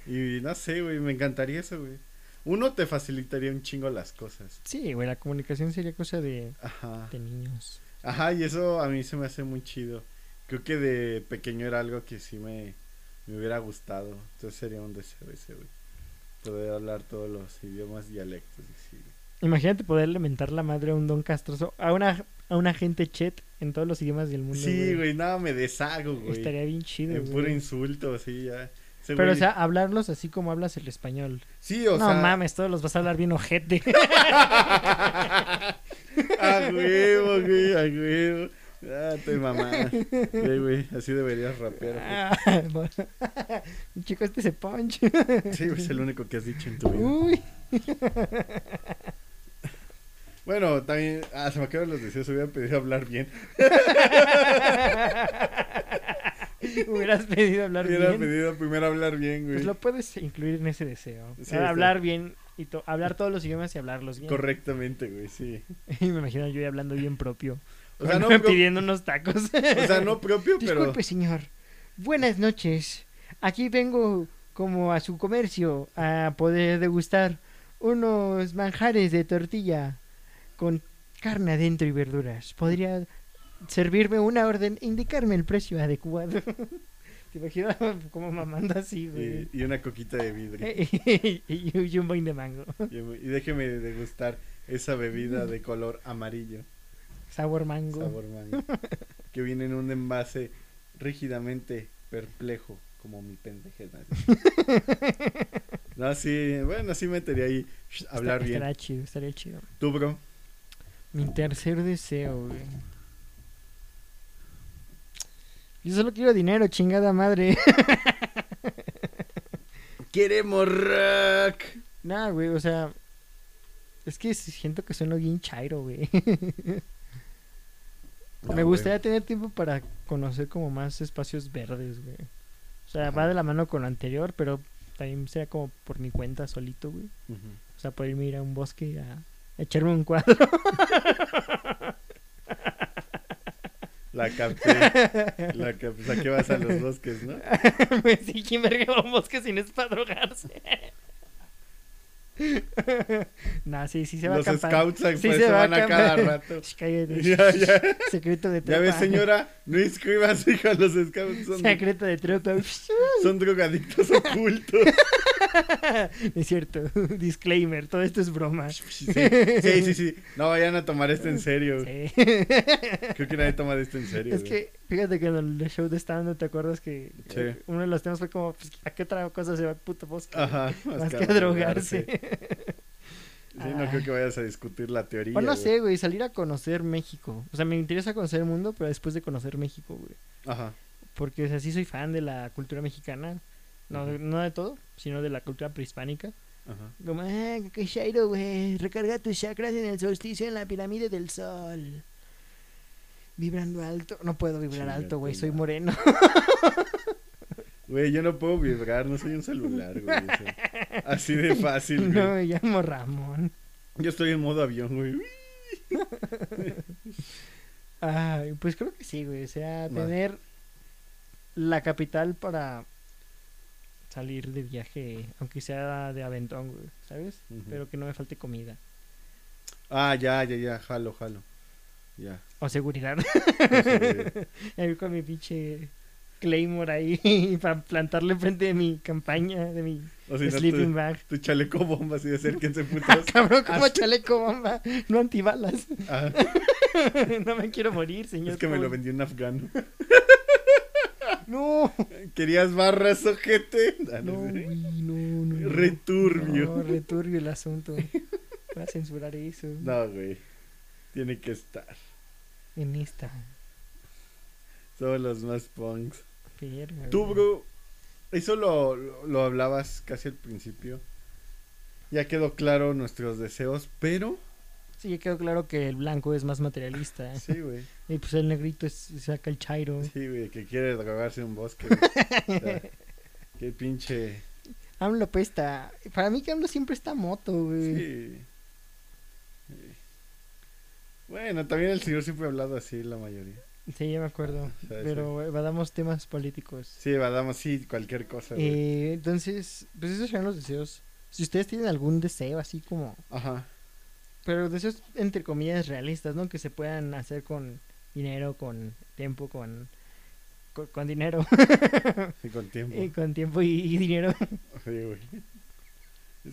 Speaker 3: güey. Y no sé, güey, me encantaría eso, güey. Uno te facilitaría un chingo las cosas.
Speaker 2: Sí, güey, la comunicación sería cosa de,
Speaker 3: Ajá.
Speaker 2: de niños.
Speaker 3: Ajá, y eso a mí se me hace muy chido. Creo que de pequeño era algo que sí me, me hubiera gustado. Entonces sería un deseo ese, güey. Poder hablar todos los idiomas, dialectos y sí.
Speaker 2: Imagínate poderle mentar la madre a un don castroso, a una a un agente chat en todos los idiomas del mundo.
Speaker 3: Sí, güey, nada, me deshago, güey.
Speaker 2: Estaría bien chido.
Speaker 3: En
Speaker 2: güey.
Speaker 3: puro insulto, así ya. Ese
Speaker 2: Pero, o
Speaker 3: güey-
Speaker 2: sea, hablarlos así como hablas el español.
Speaker 3: sí, o
Speaker 2: no
Speaker 3: sea.
Speaker 2: mames, todos los vas a hablar bien ojete.
Speaker 3: A huevo, güey, a huevo. Ah, te mamá. Güey, güey, así deberías rapear.
Speaker 2: Ah, bueno. Chico, este se punch.
Speaker 3: güey. Sí, güey, es el único que has dicho en tu vida.
Speaker 2: Uy.
Speaker 3: Bueno, también. Ah, se me acaban los deseos. Hubiera pedido hablar bien.
Speaker 2: Hubieras pedido hablar
Speaker 3: Hubiera
Speaker 2: bien.
Speaker 3: pedido primero hablar bien, güey.
Speaker 2: Pues lo puedes incluir en ese deseo.
Speaker 3: Sí,
Speaker 2: Ah,
Speaker 3: está.
Speaker 2: hablar bien y to- hablar todos los idiomas y hablarlos bien.
Speaker 3: Correctamente, güey, sí.
Speaker 2: Y me imagino yo hablando bien propio.
Speaker 3: O sea, no, pro-
Speaker 2: pidiendo unos tacos.
Speaker 3: o sea, no propio, pero.
Speaker 2: Disculpe, señor. Buenas noches. Aquí vengo como a su comercio a poder degustar unos manjares de tortilla con carne adentro y verduras. ¿Podría servirme una orden e indicarme el precio adecuado? ¿Te imaginas como mamando así, güey?
Speaker 3: Y, y una coquita de vidrio.
Speaker 2: Eh, y, y un vain de mango.
Speaker 3: Y, y déjeme degustar esa bebida de color amarillo,
Speaker 2: Sabor mango.
Speaker 3: sabor mango, que viene en un envase rígidamente perplejo, como mi pendejera. No, sí, bueno, sí metería ahí sh,
Speaker 2: Está-
Speaker 3: hablar bien.
Speaker 2: Estaría chido, estaría chido.
Speaker 3: Tú, bro,
Speaker 2: Mi tercer deseo, güey. Yo solo quiero dinero, chingada madre.
Speaker 3: queremos rock.
Speaker 2: Nah, güey, o sea. Es que siento que sueno bien chairo, güey. Me gustaría tener tiempo para conocer como más espacios verdes, güey. O sea, va
Speaker 3: Ajá.
Speaker 2: de la mano con lo anterior, pero también sería como por mi cuenta solito, güey. O sea, por irme a ir a un bosque a echarme un cuadro.
Speaker 3: La capté. La capté. O sea, que vas a los bosques, ¿no?
Speaker 2: Pues sí, ¿quién verga va a un bosque si no es para drogarse? nah, sí, sí se va
Speaker 3: Los
Speaker 2: a acampar.
Speaker 3: scouts
Speaker 2: Sí,
Speaker 3: pues,
Speaker 2: se
Speaker 3: se
Speaker 2: va a
Speaker 3: van a cada
Speaker 2: acampar.
Speaker 3: rato.
Speaker 2: Sh, cállate.
Speaker 3: Ya, ya.
Speaker 2: Secreto de tropa.
Speaker 3: Ya ves, señora, no inscribas, hija, los scouts son,
Speaker 2: Secreto de tropa.
Speaker 3: son drogadictos ocultos.
Speaker 2: es cierto. Disclaimer, todo esto es broma.
Speaker 3: Sí, sí, sí, sí. No vayan a tomar esto en serio.
Speaker 2: Sí.
Speaker 3: Creo que nadie toma esto en serio.
Speaker 2: Es que, fíjate que en el show de stand ¿te acuerdas que
Speaker 3: Sí.
Speaker 2: eh, uno de los temas fue como, pues, ¿a qué otra cosa se va el puto bosque?
Speaker 3: Ajá,
Speaker 2: Más que a drogarse.
Speaker 3: Sí, no creo que vayas a discutir la teoría.
Speaker 2: O no
Speaker 3: güey.
Speaker 2: sé, güey, salir a conocer México. O sea, me interesa conocer el mundo, pero después de conocer México, güey.
Speaker 3: Ajá.
Speaker 2: Porque o sea, sí soy fan de la cultura mexicana. No,
Speaker 3: Ujú.
Speaker 2: no de todo, sino de la cultura prehispánica.
Speaker 3: Ajá.
Speaker 2: Como, ah, qué chairo, güey. Recarga tus chakras en el solsticio en la pirámide del sol. Vibrando alto. No puedo vibrar
Speaker 3: Chinga
Speaker 2: alto, güey.
Speaker 3: tu
Speaker 2: Soy
Speaker 3: madre.
Speaker 2: moreno.
Speaker 3: Güey, yo no puedo vibrar, no soy un celular, güey. o sea, así de fácil, güey.
Speaker 2: no, me llamo Ramón.
Speaker 3: Yo estoy en modo avión, güey.
Speaker 2: Ay, pues creo que sí, güey. O sea,
Speaker 3: Madre.
Speaker 2: tener la capital para salir de viaje, aunque sea de aventón, güey. ¿Sabes?
Speaker 3: Ujú.
Speaker 2: Pero que no me falte comida.
Speaker 3: Ah, ya, ya, ya, jalo, jalo. Ya.
Speaker 2: O seguridad.
Speaker 3: pues, eh,
Speaker 2: Ahí con mi pinche Claymore ahí para plantarle frente de mi campaña, de mi
Speaker 3: o si no, Pues,
Speaker 2: sleeping
Speaker 3: tu,
Speaker 2: bag.
Speaker 3: tu chaleco bomba, así de acérquense,
Speaker 2: Ah,
Speaker 3: putos.
Speaker 2: cabrón, como
Speaker 3: así-
Speaker 2: chaleco bomba, no antibalas.
Speaker 3: Ah,
Speaker 2: no me quiero morir, señor.
Speaker 3: es que me
Speaker 2: ¿cómo?
Speaker 3: lo vendió un afgano.
Speaker 2: No,
Speaker 3: ¿Querías barras, ojete? Ah,
Speaker 2: no,
Speaker 3: no sé.
Speaker 2: güey, no, no, no. No,
Speaker 3: Returbio.
Speaker 2: returbio el asunto. Voy a censurar eso
Speaker 3: No, güey. Tiene que estar.
Speaker 2: en esta.
Speaker 3: Somos los más punks.
Speaker 2: verga,
Speaker 3: Tú,
Speaker 2: güey.
Speaker 3: bro, eso lo, lo, lo hablabas casi al principio. Ya quedó claro nuestros deseos, pero...
Speaker 2: Sí, ya quedó claro que el blanco es más materialista.
Speaker 3: Sí, güey.
Speaker 2: Y pues el negrito es, saca el chairo.
Speaker 3: Sí, güey, que quiere drogarse en un bosque. güey. O sea, Qué pinche...
Speaker 2: AMLO pesta. Para mí que AMLO siempre está moto, güey.
Speaker 3: Sí. Sí. Bueno, también el señor siempre ha hablado así, la mayoría.
Speaker 2: Sí, ya me acuerdo.
Speaker 3: Ah, Sí,
Speaker 2: Pero evadamos temas políticos.
Speaker 3: Sí, Badama, sí, cualquier cosa. güey.
Speaker 2: Eh, entonces, pues esos serán los deseos. Si ustedes tienen algún deseo así como...
Speaker 3: Ajá.
Speaker 2: Pero deseos entre comillas realistas, ¿no? Que se puedan hacer con dinero, con tiempo, con... Con, con dinero.
Speaker 3: Sí, con tiempo.
Speaker 2: Eh, con tiempo y, y dinero.
Speaker 3: Sí, güey.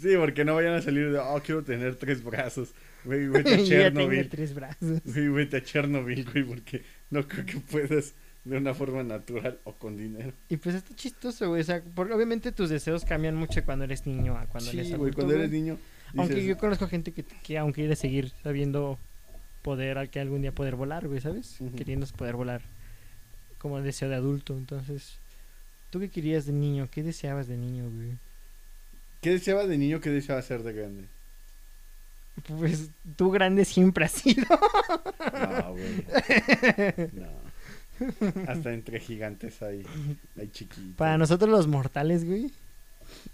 Speaker 3: Sí, porque no vayan a salir de, oh, quiero tener tres brazos. Güey, vete a
Speaker 2: Yo ya tengo
Speaker 3: Chernobyl.
Speaker 2: tres brazos.
Speaker 3: Güey, vete a Chernobyl, güey, porque no creo que puedas de una forma natural o con dinero.
Speaker 2: Y pues está chistoso, güey. O sea, porque obviamente tus deseos cambian mucho cuando eres niño a cuando
Speaker 3: sí,
Speaker 2: eres
Speaker 3: güey,
Speaker 2: adulto.
Speaker 3: cuando eres
Speaker 2: güey.
Speaker 3: niño.
Speaker 2: Aunque
Speaker 3: dices,
Speaker 2: yo conozco gente que, que aún quiere seguir sabiendo poder, al que algún día poder volar, güey, ¿sabes?
Speaker 3: Ujú.
Speaker 2: Queriendo poder volar como deseo de adulto. Entonces, ¿tú qué querías de niño? ¿Qué deseabas de niño, güey?
Speaker 3: ¿Qué deseaba de niño? ¿Qué deseaba ser de grande?
Speaker 2: Pues tú grande siempre has sido.
Speaker 3: No, güey. No. Hasta entre gigantes hay, hay chiquitos.
Speaker 2: Para nosotros los mortales, güey.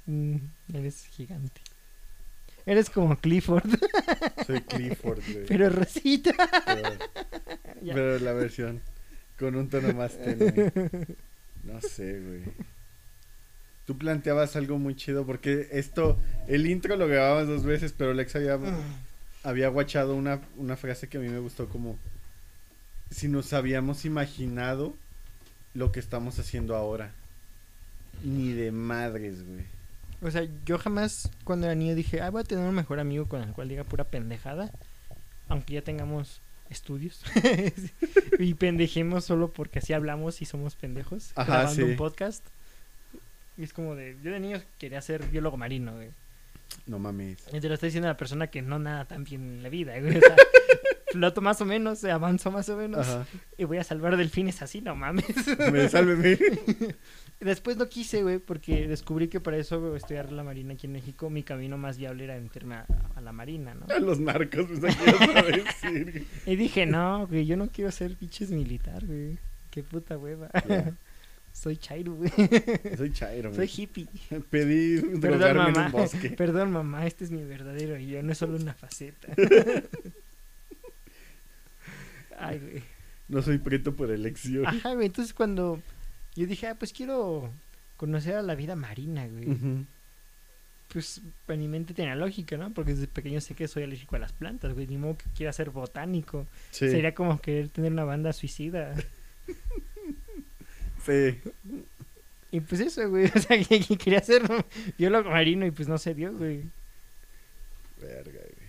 Speaker 2: mm, eres gigante. Eres como Clifford,
Speaker 3: Soy Clifford, güey.
Speaker 2: pero
Speaker 3: Pero...
Speaker 2: rosita. Ya.
Speaker 3: pero la versión con un tono más tenue. No sé, güey. Tú planteabas algo muy chido porque esto, el intro lo grababas dos veces, pero Lex había, había guachado una, una frase que a mí me gustó como, si nos habíamos imaginado lo que estamos haciendo ahora. Ni de madres, güey.
Speaker 2: O sea, yo jamás cuando era niño dije, ah, voy a tener un mejor amigo con el cual diga pura pendejada. Aunque ya tengamos estudios y pendejemos solo porque así hablamos y somos pendejos
Speaker 3: Ajá,
Speaker 2: grabando
Speaker 3: sí.
Speaker 2: un podcast. Y es como de, yo de niño quería ser biólogo marino, güey.
Speaker 3: No mames.
Speaker 2: Y te lo está diciendo la persona que no nada tan bien en la vida, güey. O sea, floto más o menos, avanzo más o menos.
Speaker 3: Ajá.
Speaker 2: Y voy a salvar delfines así, no mames.
Speaker 3: Me sálveme.
Speaker 2: Después no quise, güey, porque descubrí que para eso güey, estudiar la marina aquí en México, mi camino más viable era meterme a, a la marina, ¿no?
Speaker 3: A los narcos, pues aquí ya sabes, sí, güey.
Speaker 2: Y dije, no, güey, yo no quiero ser pinches militar, güey. Qué puta hueva.
Speaker 3: Ya.
Speaker 2: Soy chairo, güey.
Speaker 3: Soy chairo,
Speaker 2: Soy
Speaker 3: güey.
Speaker 2: hippie.
Speaker 3: Pedí
Speaker 2: Perdón,
Speaker 3: drogarme en un
Speaker 2: mamá.
Speaker 3: bosque.
Speaker 2: Perdón, mamá, este es mi verdadero yo, no es solo una faceta. Ay, güey.
Speaker 3: No soy preto por elección.
Speaker 2: Ajá, güey, entonces cuando yo dije, ah, pues quiero conocer a la vida marina, güey.
Speaker 3: Ujú.
Speaker 2: Pues en mi mente tenía lógica, ¿no? Porque desde pequeño sé que soy alérgico a las plantas, güey. Ni modo que quiera ser botánico.
Speaker 3: Sí.
Speaker 2: Sería como querer tener una banda suicida.
Speaker 3: Sí.
Speaker 2: Y pues eso, güey. O sea, que, que quería ser un biólogo marino y pues no se dio, güey.
Speaker 3: Verga, güey.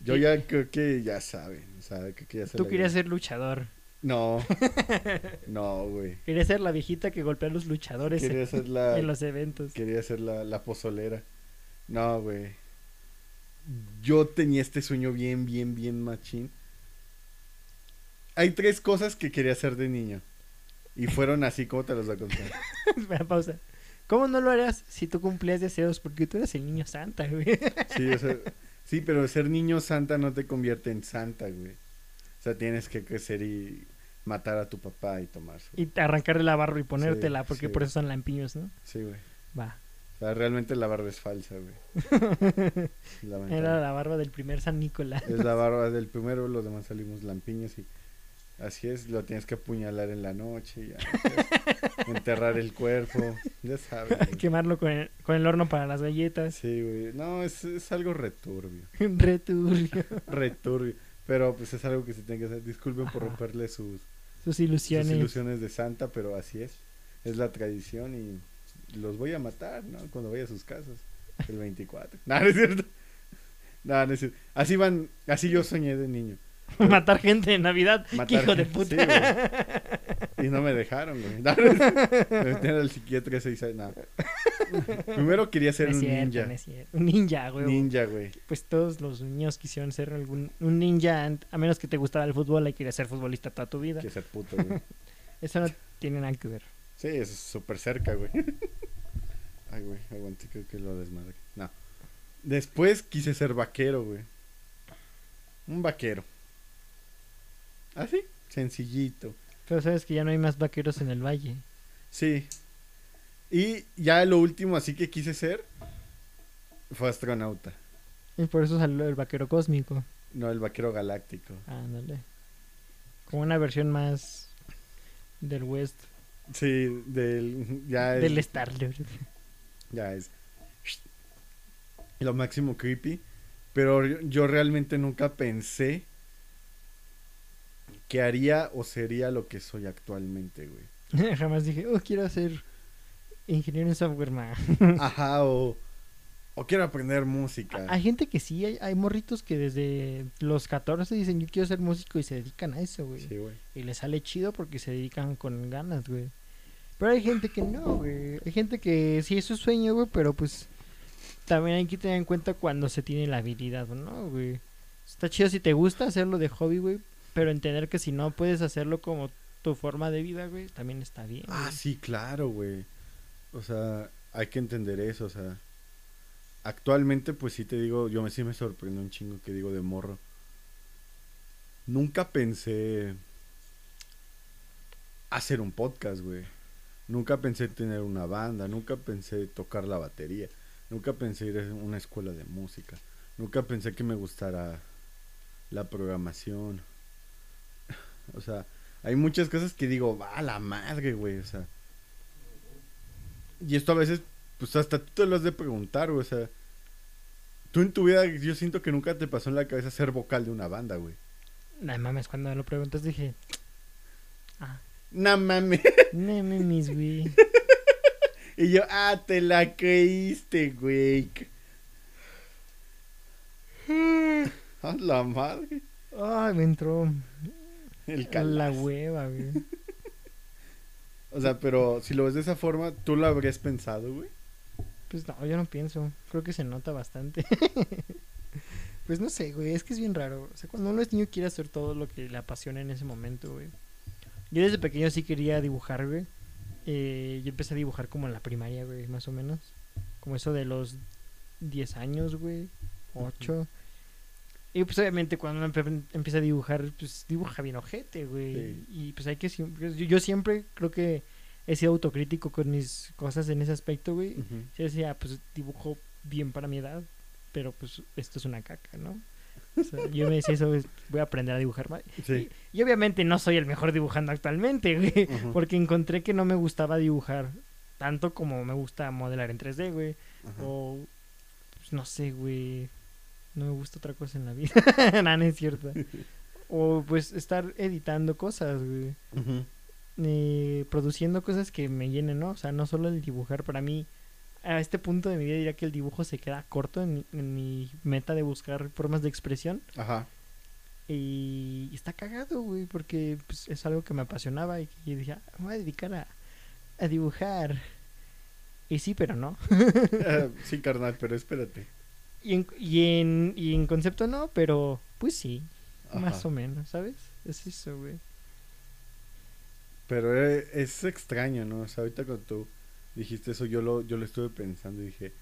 Speaker 3: Yo ya creo que ya saben. O sea, creo que ya
Speaker 2: Tú querías ser luchador.
Speaker 3: No. No, güey.
Speaker 2: Querías ser la viejita que golpea a los luchadores
Speaker 3: Quería
Speaker 2: en,
Speaker 3: ser la.
Speaker 2: en los eventos.
Speaker 3: Quería ser la, la pozolera. No, güey. Yo tenía este sueño bien, bien, bien machín. Hay tres cosas que quería hacer de niño. Y fueron así como te las voy a contar.
Speaker 2: Espera, pausa. ¿Cómo no lo harías si tú cumplías deseos? Porque tú eres el niño santa, güey.
Speaker 3: Sí, o sea, sí, pero ser niño santa no te convierte en santa, güey. O sea, tienes que crecer y matar a tu papá y tomar su...
Speaker 2: Y te- arrancarle la barba y ponértela,
Speaker 3: Sí,
Speaker 2: porque
Speaker 3: sí.
Speaker 2: por eso son lampiños, ¿no?
Speaker 3: Sí, güey.
Speaker 2: Va.
Speaker 3: O sea, realmente la barba es falsa, güey. Lamentable.
Speaker 2: Era la barba del primer San Nicolás.
Speaker 3: Es la barba del primero, los demás salimos lampiños y... Así es, lo tienes que apuñalar en la noche, y ya, pues, enterrar el cuerpo, ya sabes. güey.
Speaker 2: Quemarlo con el, con el horno para las galletas.
Speaker 3: Sí, güey. No, es, es algo returbio.
Speaker 2: Re turbio.
Speaker 3: Returbio. Pero pues es algo que se tiene que hacer. Disculpen por
Speaker 2: Ajá.
Speaker 3: romperle sus,
Speaker 2: Sus
Speaker 3: sus
Speaker 2: ilusiones.
Speaker 3: ilusiones de santa, pero así es. Es la tradición y los voy a matar, ¿no? Cuando vaya a sus casas. El 24. No, no es cierto. No, no es cierto. Así van, así yo soñé de niño.
Speaker 2: Matar gente en Navidad. ¡Qué
Speaker 3: Matar
Speaker 2: hijo de
Speaker 3: gente,
Speaker 2: puta.
Speaker 3: Y no me dejaron, güey. No, no es cierto. Me metieron al psiquiatra seis años. No. Primero quería ser
Speaker 2: No es
Speaker 3: un
Speaker 2: cierto,
Speaker 3: ninja.
Speaker 2: no es cierto. Un ninja, güey.
Speaker 3: Ninja, güey.
Speaker 2: Pues todos los niños quisieron ser algún, un ninja, an- a menos que te gustara el fútbol y querías ser futbolista toda tu vida.
Speaker 3: Que ser puto, güey.
Speaker 2: Eso no tiene nada que ver.
Speaker 3: Sí, eso es súper cerca, güey. Ay, güey, aguante, creo que lo desmadre. No. Después quise ser vaquero, güey. Un vaquero. Así, sencillito.
Speaker 2: Pero sabes que ya no hay más vaqueros en el valle.
Speaker 3: Sí. Y ya lo último así que quise ser fue astronauta.
Speaker 2: Y por eso salió el vaquero cósmico.
Speaker 3: No, el vaquero galáctico.
Speaker 2: Ándale. Como una versión más del West,
Speaker 3: Sí, del... Ya es...
Speaker 2: del Star Lord.
Speaker 3: Ya es... Lo máximo creepy. Pero yo- yo realmente nunca pensé que haría o sería lo que soy actualmente, güey.
Speaker 2: Jamás dije, oh, quiero ser ingeniero en software, ma.
Speaker 3: Ajá, o, O quiero aprender música.
Speaker 2: Hay gente que sí, hay, hay morritos que desde los 14 dicen yo quiero ser músico y se dedican a eso, güey.
Speaker 3: Sí, güey.
Speaker 2: Y les sale chido porque se dedican con ganas, güey. Pero hay gente que no, güey. Hay gente que sí es su sueño, güey, pero pues también hay que tener en cuenta cuando se tiene la habilidad, o ¿no, güey? Está chido si te gusta hacerlo de hobby, güey, pero entender que si no puedes hacerlo como tu forma de vida, güey, también está bien.
Speaker 3: Ah,
Speaker 2: güey.
Speaker 3: sí, claro, güey. O sea, hay que entender eso, o sea. Actualmente, pues sí te digo, yo me, sí me sorprende un chingo que digo de morro. Nunca pensé hacer un podcast, güey. Nunca pensé tener una banda, nunca pensé tocar la batería, nunca pensé ir a una escuela de música, nunca pensé que me gustara la programación. O sea, hay muchas cosas que digo, va a la madre, güey, o sea. Y esto a veces, pues hasta tú te lo has de preguntar, güey, o sea. Tú en tu vida, yo siento que nunca te pasó en la cabeza ser vocal de una banda, güey.
Speaker 2: No mames, cuando lo preguntas dije, ah,
Speaker 3: No mames.
Speaker 2: no mames, güey.
Speaker 3: Y yo, ah, te la creíste, güey. A la madre.
Speaker 2: Ay, me entró
Speaker 3: El
Speaker 2: la
Speaker 3: calor.
Speaker 2: hueva, güey.
Speaker 3: O sea, pero si lo ves de esa forma, tú lo habrías pensado, güey.
Speaker 2: Pues no, yo no pienso. Creo que se nota bastante. pues no sé, güey. Es que es bien raro. O sea, cuando uno es niño quiere hacer todo lo que le apasiona en ese momento, güey. Yo desde pequeño sí quería dibujar, güey. Eh, yo empecé a dibujar como en la primaria, güey, más o menos. Como eso de los 10 años, güey. 8. Y pues obviamente cuando uno empe- empieza a dibujar, pues dibuja bien ojete, güey.
Speaker 3: Sí.
Speaker 2: Y pues hay que... siem- Yo, yo siempre creo que he sido autocrítico con mis cosas en ese aspecto, güey. Yo decía, pues dibujo bien para mi edad, pero pues esto es una caca, ¿no? O sea, yo me decía eso, es, voy a aprender a dibujar más.
Speaker 3: Sí.
Speaker 2: Y obviamente no soy el mejor dibujando actualmente, güey,
Speaker 3: Ujú.
Speaker 2: porque encontré que no me gustaba dibujar tanto como me gusta modelar en 3D, güey,
Speaker 3: Ajá.
Speaker 2: o pues, no sé, güey, no me gusta otra cosa en la vida, no, no es cierto. O pues estar editando cosas, güey
Speaker 3: Ujú.
Speaker 2: eh, produciendo cosas que me llenen, ¿no? O sea, no solo el dibujar. Para mí, a este punto de mi vida diría que el dibujo se queda corto en mi, en mi meta de buscar formas de expresión.
Speaker 3: Ajá.
Speaker 2: Y está cagado, güey, porque pues, es algo que me apasionaba y que yo dije, "Ah, me voy a dedicar a, a dibujar. Y sí, pero no.
Speaker 3: Ah, sí, carnal, pero espérate.
Speaker 2: Y en, y en, y en concepto no, pero pues sí,
Speaker 3: Ajá.
Speaker 2: más o menos, ¿sabes? Es eso, güey.
Speaker 3: Pero eh, es extraño, ¿no? O sea, ahorita cuando tú dijiste eso, yo lo, yo lo estuve pensando y dije,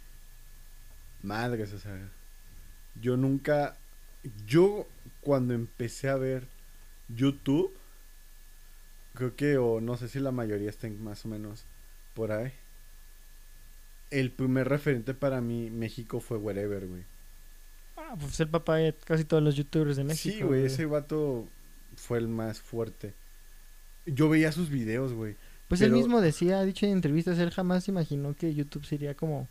Speaker 3: madres, o sea, yo nunca, yo cuando empecé a ver YouTube, creo que, o no sé si la mayoría estén más o menos por ahí, el primer referente para mí, México, fue Wherever, güey.
Speaker 2: Ah, pues el papá de casi todos los youtubers de México.
Speaker 3: Sí, güey, ese vato fue el más fuerte. Yo veía sus videos, güey.
Speaker 2: Pues él
Speaker 3: Pero-
Speaker 2: mismo decía, ha dicho en entrevistas, él jamás imaginó que YouTube sería como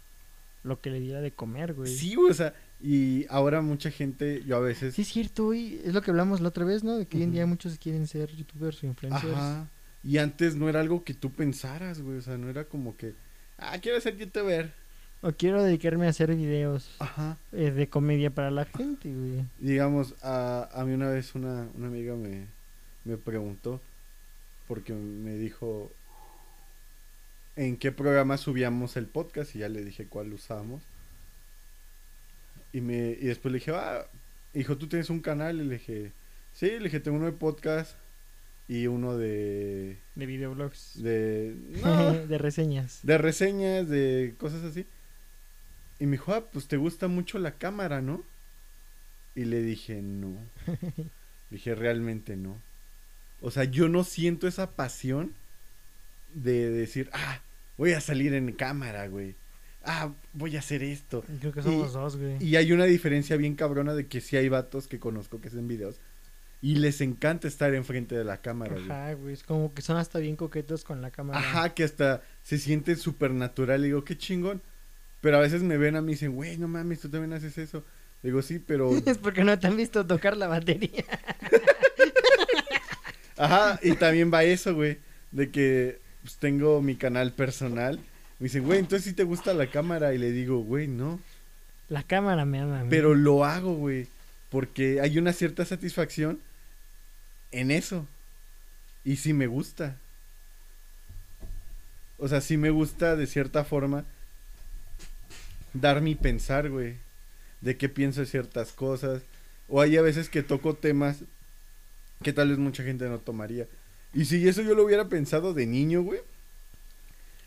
Speaker 2: lo que le diera de comer, güey.
Speaker 3: Sí, güey, o sea, y ahora mucha gente, yo a veces...
Speaker 2: Sí, es cierto, güey. Es lo que hablamos la otra vez, ¿no? De que hoy en
Speaker 3: Ujú.
Speaker 2: día muchos quieren ser youtubers o influencers.
Speaker 3: Ajá. Y antes no era algo que tú pensaras, güey, o sea, no era como que, ah, quiero ser youtuber.
Speaker 2: O quiero dedicarme a hacer videos
Speaker 3: Ajá.
Speaker 2: eh, de comedia para la gente, güey.
Speaker 3: Digamos, a, a mí una vez una, una amiga me, me preguntó, porque me dijo en qué programa subíamos el podcast y ya le dije cuál usamos. Y, me, y después le dije, ah, hijo, tú tienes un canal. Y le dije, sí, le dije, tengo uno de podcast y uno de...
Speaker 2: De videoblogs.
Speaker 3: de no,
Speaker 2: de reseñas.
Speaker 3: de reseñas, de cosas así. Y me dijo, ah, pues te gusta mucho la cámara, ¿no? Y le dije, no. Le dije, realmente no. O sea, yo no siento esa pasión de decir, ah, voy a salir en cámara, güey. Ah, voy a hacer esto.
Speaker 2: Creo que
Speaker 3: Y-
Speaker 2: somos dos, güey.
Speaker 3: Y hay una diferencia bien cabrona de que sí hay vatos que conozco que hacen videos y les encanta estar enfrente de la cámara, güey.
Speaker 2: Ajá, güey. Es como que son hasta bien coquetos con la cámara.
Speaker 3: Ajá, que hasta se siente supernatural. Y digo, qué chingón. Pero a veces me ven a mí y dicen, güey, no mames, tú también haces eso. Le digo, sí, pero.
Speaker 2: Es porque no te han visto tocar la batería.
Speaker 3: Ajá, y también va eso, güey. De que pues, tengo mi canal personal. Me dicen, güey, entonces sí te gusta la cámara. Y le digo, güey, no.
Speaker 2: La cámara me ama. a mí.
Speaker 3: Pero lo hago, güey. Porque hay una cierta satisfacción en eso. Y sí me gusta. O sea, sí me gusta de cierta forma dar mi pensar, güey. De qué pienso de ciertas cosas. O hay a veces que toco temas que tal vez mucha gente no tomaría. Y si eso yo lo hubiera pensado de niño, güey.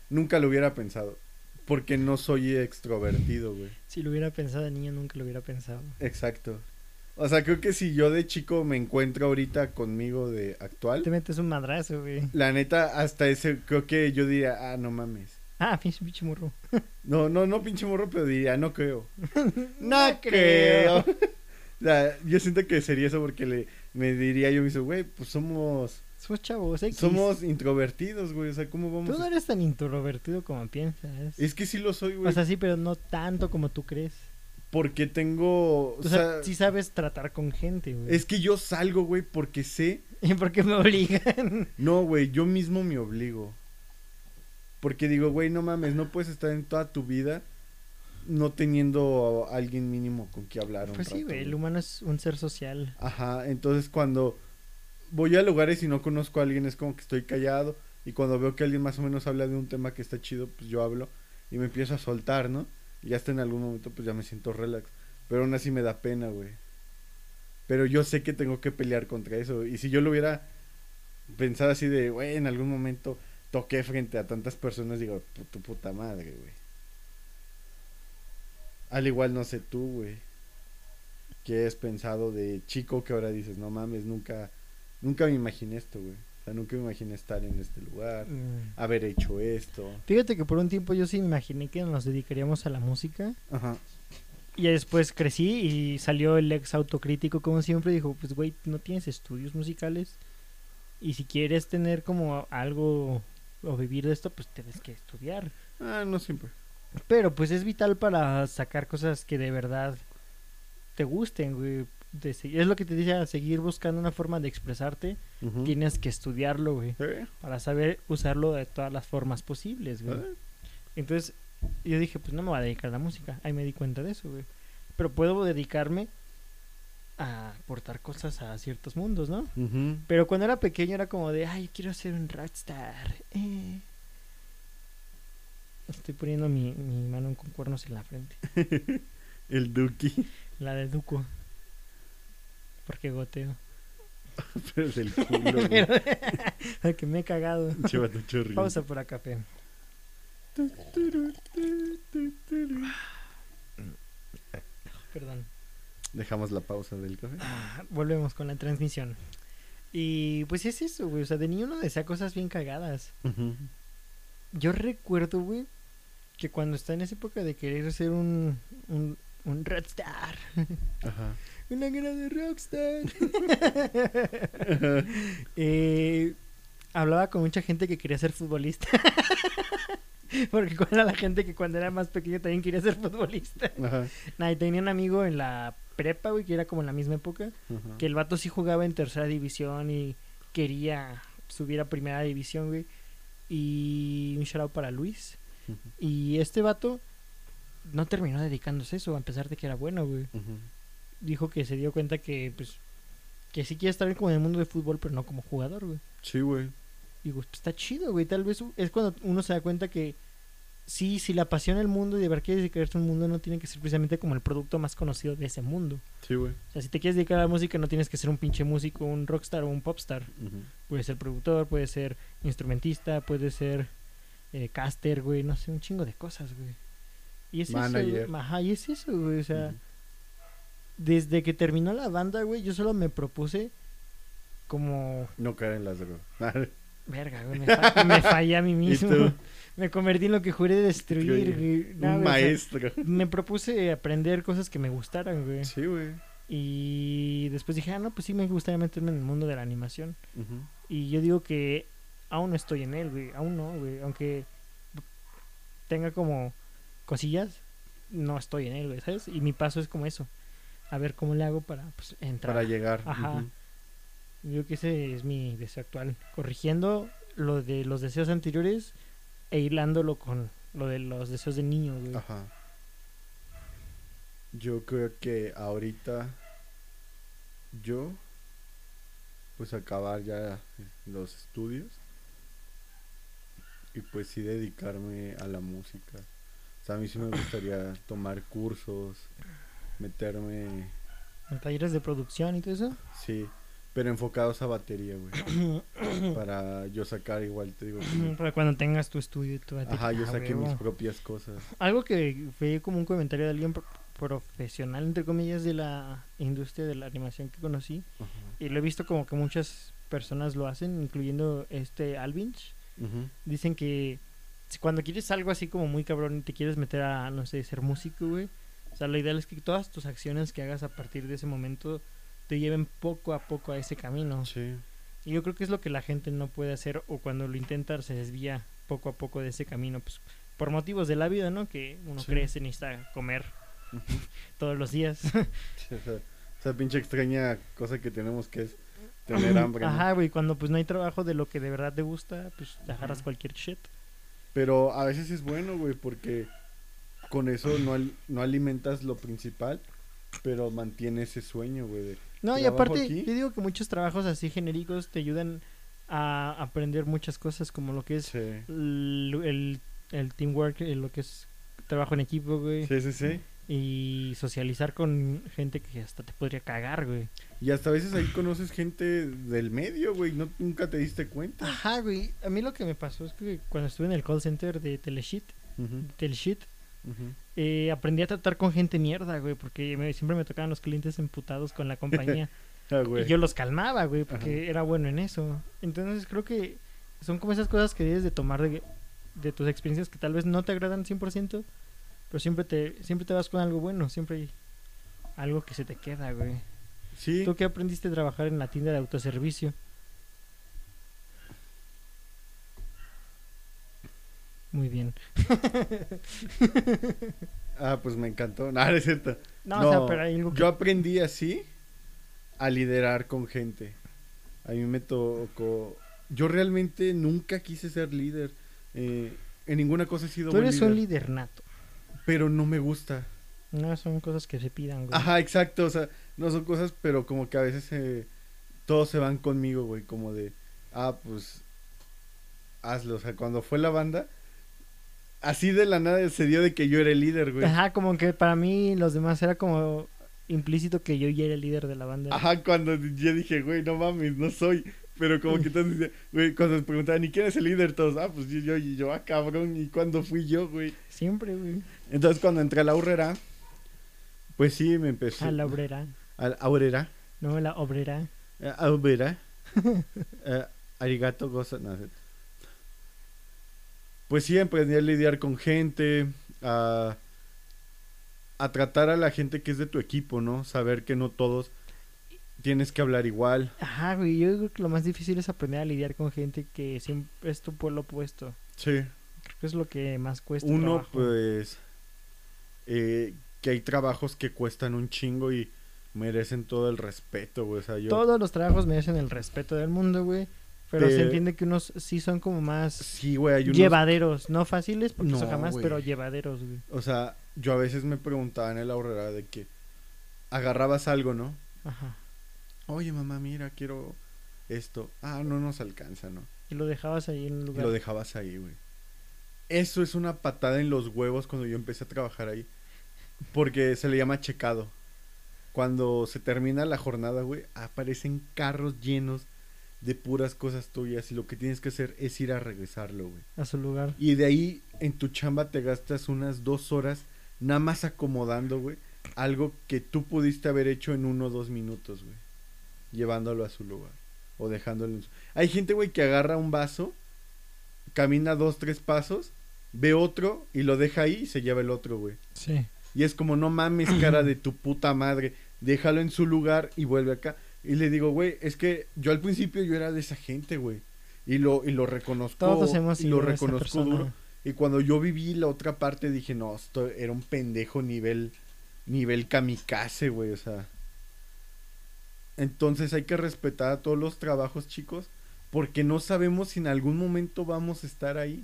Speaker 3: Nunca lo hubiera pensado. Porque no soy extrovertido, güey.
Speaker 2: Si lo hubiera pensado de niño, nunca lo hubiera pensado.
Speaker 3: Exacto. O sea, creo que si yo de chico me encuentro ahorita conmigo de
Speaker 2: Te
Speaker 3: actual,
Speaker 2: metes un madrazo, güey.
Speaker 3: la neta, hasta ese, creo que yo diría, ah, no mames.
Speaker 2: Ah, pinche pinche morro.
Speaker 3: No, no, no pinche morro, pero diría, no creo.
Speaker 2: No
Speaker 3: o sea, yo siento que sería eso porque le, me diría yo mismo, güey, pues somos,
Speaker 2: Somos chavos, X.
Speaker 3: somos introvertidos, güey, o sea, ¿cómo
Speaker 2: Tú
Speaker 3: vamos?
Speaker 2: no
Speaker 3: a-
Speaker 2: eres tan introvertido como piensas.
Speaker 3: Es que sí lo soy, güey,
Speaker 2: O sea, sí, pero no tanto como tú crees.
Speaker 3: porque tengo, o,
Speaker 2: O, sea,
Speaker 3: sea,
Speaker 2: sí sabes tratar con gente, güey.
Speaker 3: es que yo salgo, güey, porque sé
Speaker 2: ¿Y por qué me obligan?
Speaker 3: No, güey, yo mismo me obligo. Porque digo, güey, no mames, no puedes estar en toda tu vida no teniendo a alguien mínimo con que hablar. Un
Speaker 2: Pues sí,
Speaker 3: rato,
Speaker 2: güey, el
Speaker 3: güey.
Speaker 2: humano es un ser social.
Speaker 3: Ajá, entonces cuando voy a lugares y no conozco a alguien es como que estoy callado. Y cuando veo que alguien más o menos habla de un tema que está chido, pues yo hablo y me empiezo a soltar, ¿no? Y hasta en algún momento pues ya me siento relax. Pero aún así me da pena, güey. Pero yo sé que tengo que pelear contra eso. Y si yo lo hubiera pensado así de, güey, en algún momento toqué frente a tantas personas, digo, "Pu- tu puta madre, güey. Al igual no sé tú, güey que has pensado de chico que ahora dices, no mames, nunca, nunca me imaginé esto, güey. O sea, nunca me imaginé estar en este lugar,
Speaker 2: Mm.
Speaker 3: haber hecho esto.
Speaker 2: Fíjate que por un tiempo yo sí me imaginé que nos dedicaríamos a la música.
Speaker 3: Ajá.
Speaker 2: Y ya después crecí y salió el ex autocrítico, como siempre, dijo, pues güey, no tienes estudios musicales. Y si quieres tener como algo o vivir de esto, pues tienes que estudiar.
Speaker 3: Ah, no siempre.
Speaker 2: Pero pues es vital para sacar cosas que de verdad te gusten, güey. De se- es lo que te dice a seguir buscando una forma de expresarte.
Speaker 3: Ujú. Eh,
Speaker 2: Tienes que estudiarlo, güey.
Speaker 3: Sí,
Speaker 2: Para saber usarlo de todas las formas posibles, güey.
Speaker 3: ¿eh?
Speaker 2: Entonces yo dije, pues no me voy a dedicar a la música. Ahí me di cuenta de eso, güey. Pero puedo dedicarme a aportar cosas a ciertos mundos, ¿no?
Speaker 3: Ujú.
Speaker 2: Pero cuando era pequeño era como de, ay, quiero ser un rockstar. eh". Estoy poniendo mi, mi mano con cuernos en la frente.
Speaker 3: El Duki.
Speaker 2: La de Duco. Porque goteo.
Speaker 3: Pero del culo, güey.
Speaker 2: Pero- Ay, que me he cagado.
Speaker 3: Lleva tu chorrito.
Speaker 2: Pausa para café.
Speaker 3: Tu, turu, tu, tu, turu.
Speaker 2: Perdón.
Speaker 3: Dejamos la pausa del café.
Speaker 2: Volvemos con la transmisión. Y pues es eso, güey. O sea, de niño uno desea cosas bien cagadas.
Speaker 3: Ujú.
Speaker 2: Yo recuerdo, güey, que cuando está en esa época de querer ser un, un, un rockstar.
Speaker 3: Ajá.
Speaker 2: Una gran de rockstar. Eh, hablaba con mucha gente que quería ser futbolista. Porque cuál era la gente que cuando era más pequeño también quería ser futbolista.
Speaker 3: Ajá.
Speaker 2: Nah, y tenía un amigo en la prepa, güey, que era como en la misma época.
Speaker 3: Ajá.
Speaker 2: Que el vato sí jugaba en tercera división y quería subir a primera división, güey. Y un shout out para Luis.
Speaker 3: Ujú.
Speaker 2: Y este vato no terminó dedicándose a eso, a pesar de que era bueno, güey.
Speaker 3: Ujú.
Speaker 2: Dijo que se dio cuenta que, pues, que sí quiere estar como en el mundo del fútbol, pero no como jugador, güey.
Speaker 3: Sí, güey.
Speaker 2: Digo, "Pues, está chido, güey. Tal vez es cuando uno se da cuenta que sí, si la pasión el mundo y de verdad quieres dedicarte a un mundo, no tiene que ser precisamente como el producto más conocido de ese mundo.
Speaker 3: Sí, güey.
Speaker 2: O sea, si te quieres dedicar a la música, no tienes que ser un pinche músico, un rockstar o un popstar.
Speaker 3: Ujú.
Speaker 2: Puedes ser productor, puedes ser instrumentista, puedes ser eh, caster, güey, no sé, un chingo de cosas, güey. Y es eso,
Speaker 3: Manager.
Speaker 2: güey. ajá, y es eso, güey, o sea,
Speaker 3: Ujú.
Speaker 2: desde que terminó la banda, güey, yo solo me propuse como,
Speaker 3: No caer en las drogas.
Speaker 2: verga, güey, me, fa- me fallé a mí mismo.
Speaker 3: tú?
Speaker 2: Me convertí en lo que juré destruir,
Speaker 3: Destruir.
Speaker 2: güey. No,
Speaker 3: Un
Speaker 2: güey, o sea,
Speaker 3: maestro.
Speaker 2: me propuse aprender cosas que me gustaran, güey.
Speaker 3: Sí, güey.
Speaker 2: Y después dije, ah, no, pues sí me gustaría meterme en el mundo de la animación.
Speaker 3: Ujú.
Speaker 2: Y yo digo que aún no estoy en él, güey. Aún no, güey. Aunque tenga como cosillas, no estoy en él, güey, ¿sabes? Y mi paso es como eso. A ver cómo le hago para pues, entrar.
Speaker 3: Para llegar.
Speaker 2: Ajá.
Speaker 3: Ujú.
Speaker 2: Yo creo que ese es mi deseo actual. Corrigiendo lo de los deseos anteriores
Speaker 3: Ah.
Speaker 2: e hilándolo con lo de los deseos de niño, güey.
Speaker 3: Ajá. Yo creo que ahorita yo pues acabar ya los estudios y pues sí dedicarme a la música. O sea, a mí sí me gustaría tomar cursos, meterme,
Speaker 2: ¿En talleres de producción y todo eso?
Speaker 3: sí, pero enfocados a batería, güey. para yo sacar igual, te digo. que-
Speaker 2: Para cuando tengas tu estudio y tu
Speaker 3: Ajá, yo
Speaker 2: Ah,
Speaker 3: saqué
Speaker 2: huevo.
Speaker 3: mis propias cosas.
Speaker 2: Algo que fue como un comentario de alguien pro- profesional, entre comillas, de la industria de la animación que conocí.
Speaker 3: Ajá.
Speaker 2: Y lo he visto como que muchas personas lo hacen, incluyendo este Alvinch.
Speaker 3: Ujú.
Speaker 2: Dicen que si cuando quieres algo así como muy cabrón y te quieres meter a, no sé, ser músico, güey. O sea, lo ideal es que todas tus acciones que hagas a partir de ese momento te lleven poco a poco a ese camino.
Speaker 3: Sí.
Speaker 2: Y yo creo que es lo que la gente no puede hacer o cuando lo intenta se desvía poco a poco de ese camino, pues por motivos de la vida, ¿no? Que uno
Speaker 3: Sí.
Speaker 2: crece, necesita comer
Speaker 3: Ujú.
Speaker 2: todos los días.
Speaker 3: Sí, o sea, esa pinche extraña cosa que tenemos que es tener hambre. ¿no?
Speaker 2: Ajá, güey, cuando pues no hay trabajo de lo que de verdad te gusta, pues te agarras cualquier shit.
Speaker 3: Pero a veces es bueno, güey, porque con eso no, al- no alimentas lo principal, pero mantiene ese sueño, güey. de-
Speaker 2: No, y
Speaker 3: Trabajo
Speaker 2: aparte,
Speaker 3: aquí.
Speaker 2: yo digo que muchos trabajos así genéricos te ayudan a aprender muchas cosas, como lo que es
Speaker 3: Sí.
Speaker 2: el, el- el teamwork, eh, lo que es trabajo en equipo, güey,
Speaker 3: Sí, sí, sí.
Speaker 2: y socializar con gente que hasta te podría cagar, güey.
Speaker 3: Y hasta a veces ahí conoces gente del medio, güey, no, nunca te diste cuenta.
Speaker 2: Ajá, güey. A mí lo que me pasó es que cuando estuve en el call center de Teleshit,
Speaker 3: Ujú,
Speaker 2: Teleshit
Speaker 3: ujú.
Speaker 2: eh, aprendí a tratar con gente mierda, güey, porque me- siempre me tocaban los clientes emputados con la compañía.
Speaker 3: Ah, güey.
Speaker 2: y yo los calmaba, güey, porque era bueno en eso. Entonces creo que son como esas cosas que debes de tomar de, de tus experiencias que tal vez no te agradan 100%, pero siempre te, siempre te vas con algo bueno, siempre hay algo que se te queda, güey.
Speaker 3: Sí,
Speaker 2: ¿Tú qué aprendiste a trabajar en la tienda de autoservicio? Muy bien.
Speaker 3: ah, pues me encantó. Nada, es cierto.
Speaker 2: No, o sea, pero hay algo que...
Speaker 3: Yo aprendí así a liderar con gente. A mí me tocó. Yo realmente nunca quise ser líder. eh, en ninguna cosa he sido
Speaker 2: Tú
Speaker 3: buen
Speaker 2: eres
Speaker 3: líder,
Speaker 2: un líder nato.
Speaker 3: Pero no me gusta.
Speaker 2: No son cosas que se pidan, güey.
Speaker 3: Ajá, exacto. O sea, no son cosas, pero como que a veces eh, todos se van conmigo, güey. Como de, ah, pues hazlo. O sea, cuando fue la banda, así de la nada se dio de que yo era el líder, güey.
Speaker 2: Ajá, como que para mí los demás era como implícito que yo ya era el líder de la banda.
Speaker 3: Ajá, cuando yo dije, güey, no mames, no soy. Pero como que todos decían, güey, cuando me preguntaban, ¿y quién es el líder? Todos, ah, pues yo, yo, y yo, ah, cabrón, ¿y cuándo fui yo, güey?
Speaker 2: Siempre, güey.
Speaker 3: Entonces cuando entré a la Urrera, pues sí, me empecé.
Speaker 2: A la obrera.
Speaker 3: A la Aurera.
Speaker 2: No, a la obrera.
Speaker 3: eh, Aurera. eh, arigato goza. no, es- pues sí, aprendí a lidiar con gente, a, a tratar a la gente que es de tu equipo, ¿no? Saber que no todos tienes que hablar igual.
Speaker 2: Ajá, güey. Yo creo que lo más difícil es aprender a lidiar con gente que siempre es tu pueblo opuesto.
Speaker 3: Sí.
Speaker 2: Creo que es lo que más cuesta.
Speaker 3: Uno,
Speaker 2: este trabajo.
Speaker 3: pues, eh, que hay trabajos que cuestan un chingo y merecen todo el respeto, güey. O sea, yo...
Speaker 2: Todos los trabajos merecen el respeto del mundo, güey. Pero se
Speaker 3: Pe-
Speaker 2: entiende que unos sí son como más
Speaker 3: Sí, güey, hay unos...
Speaker 2: llevaderos. No fáciles, porque
Speaker 3: No,
Speaker 2: eso jamás,
Speaker 3: güey.
Speaker 2: pero llevaderos, güey.
Speaker 3: O sea, yo a veces me preguntaba en el ahorrera de que agarrabas algo, ¿no?
Speaker 2: Ajá.
Speaker 3: Oye, mamá, mira, quiero esto. Ah, no nos alcanza, ¿no?
Speaker 2: Y lo dejabas ahí en un
Speaker 3: Y
Speaker 2: lugar.
Speaker 3: lo dejabas ahí, güey. Eso es una patada en los huevos cuando yo empecé a trabajar ahí. Porque se le llama checado. Cuando se termina la jornada, güey, aparecen carros llenos de puras cosas tuyas y lo que tienes que hacer es ir a regresarlo, güey.
Speaker 2: A su lugar.
Speaker 3: Y de ahí en tu chamba te gastas unas dos horas nada más acomodando, güey, algo que tú pudiste haber hecho en uno o dos minutos, güey. Llevándolo a su lugar o dejándolo en su... Hay gente, güey, que agarra un vaso, camina dos, tres pasos, ve otro y lo deja ahí y se lleva el otro, güey.
Speaker 2: Sí.
Speaker 3: Y es como, no mames, cara de tu puta madre. Déjalo en su lugar y vuelve acá. Y le digo, güey, es que yo al principio yo era de esa gente, güey. Y lo, y lo reconozco.
Speaker 2: Todos hemos
Speaker 3: Oh, y lo
Speaker 2: sido esa
Speaker 3: reconozco
Speaker 2: persona.
Speaker 3: duro. Y cuando yo viví la otra parte dije, no, esto era un pendejo nivel, nivel kamikaze, güey. O sea. Entonces hay que respetar a todos los trabajos, chicos. Porque no sabemos si en algún momento vamos a estar ahí.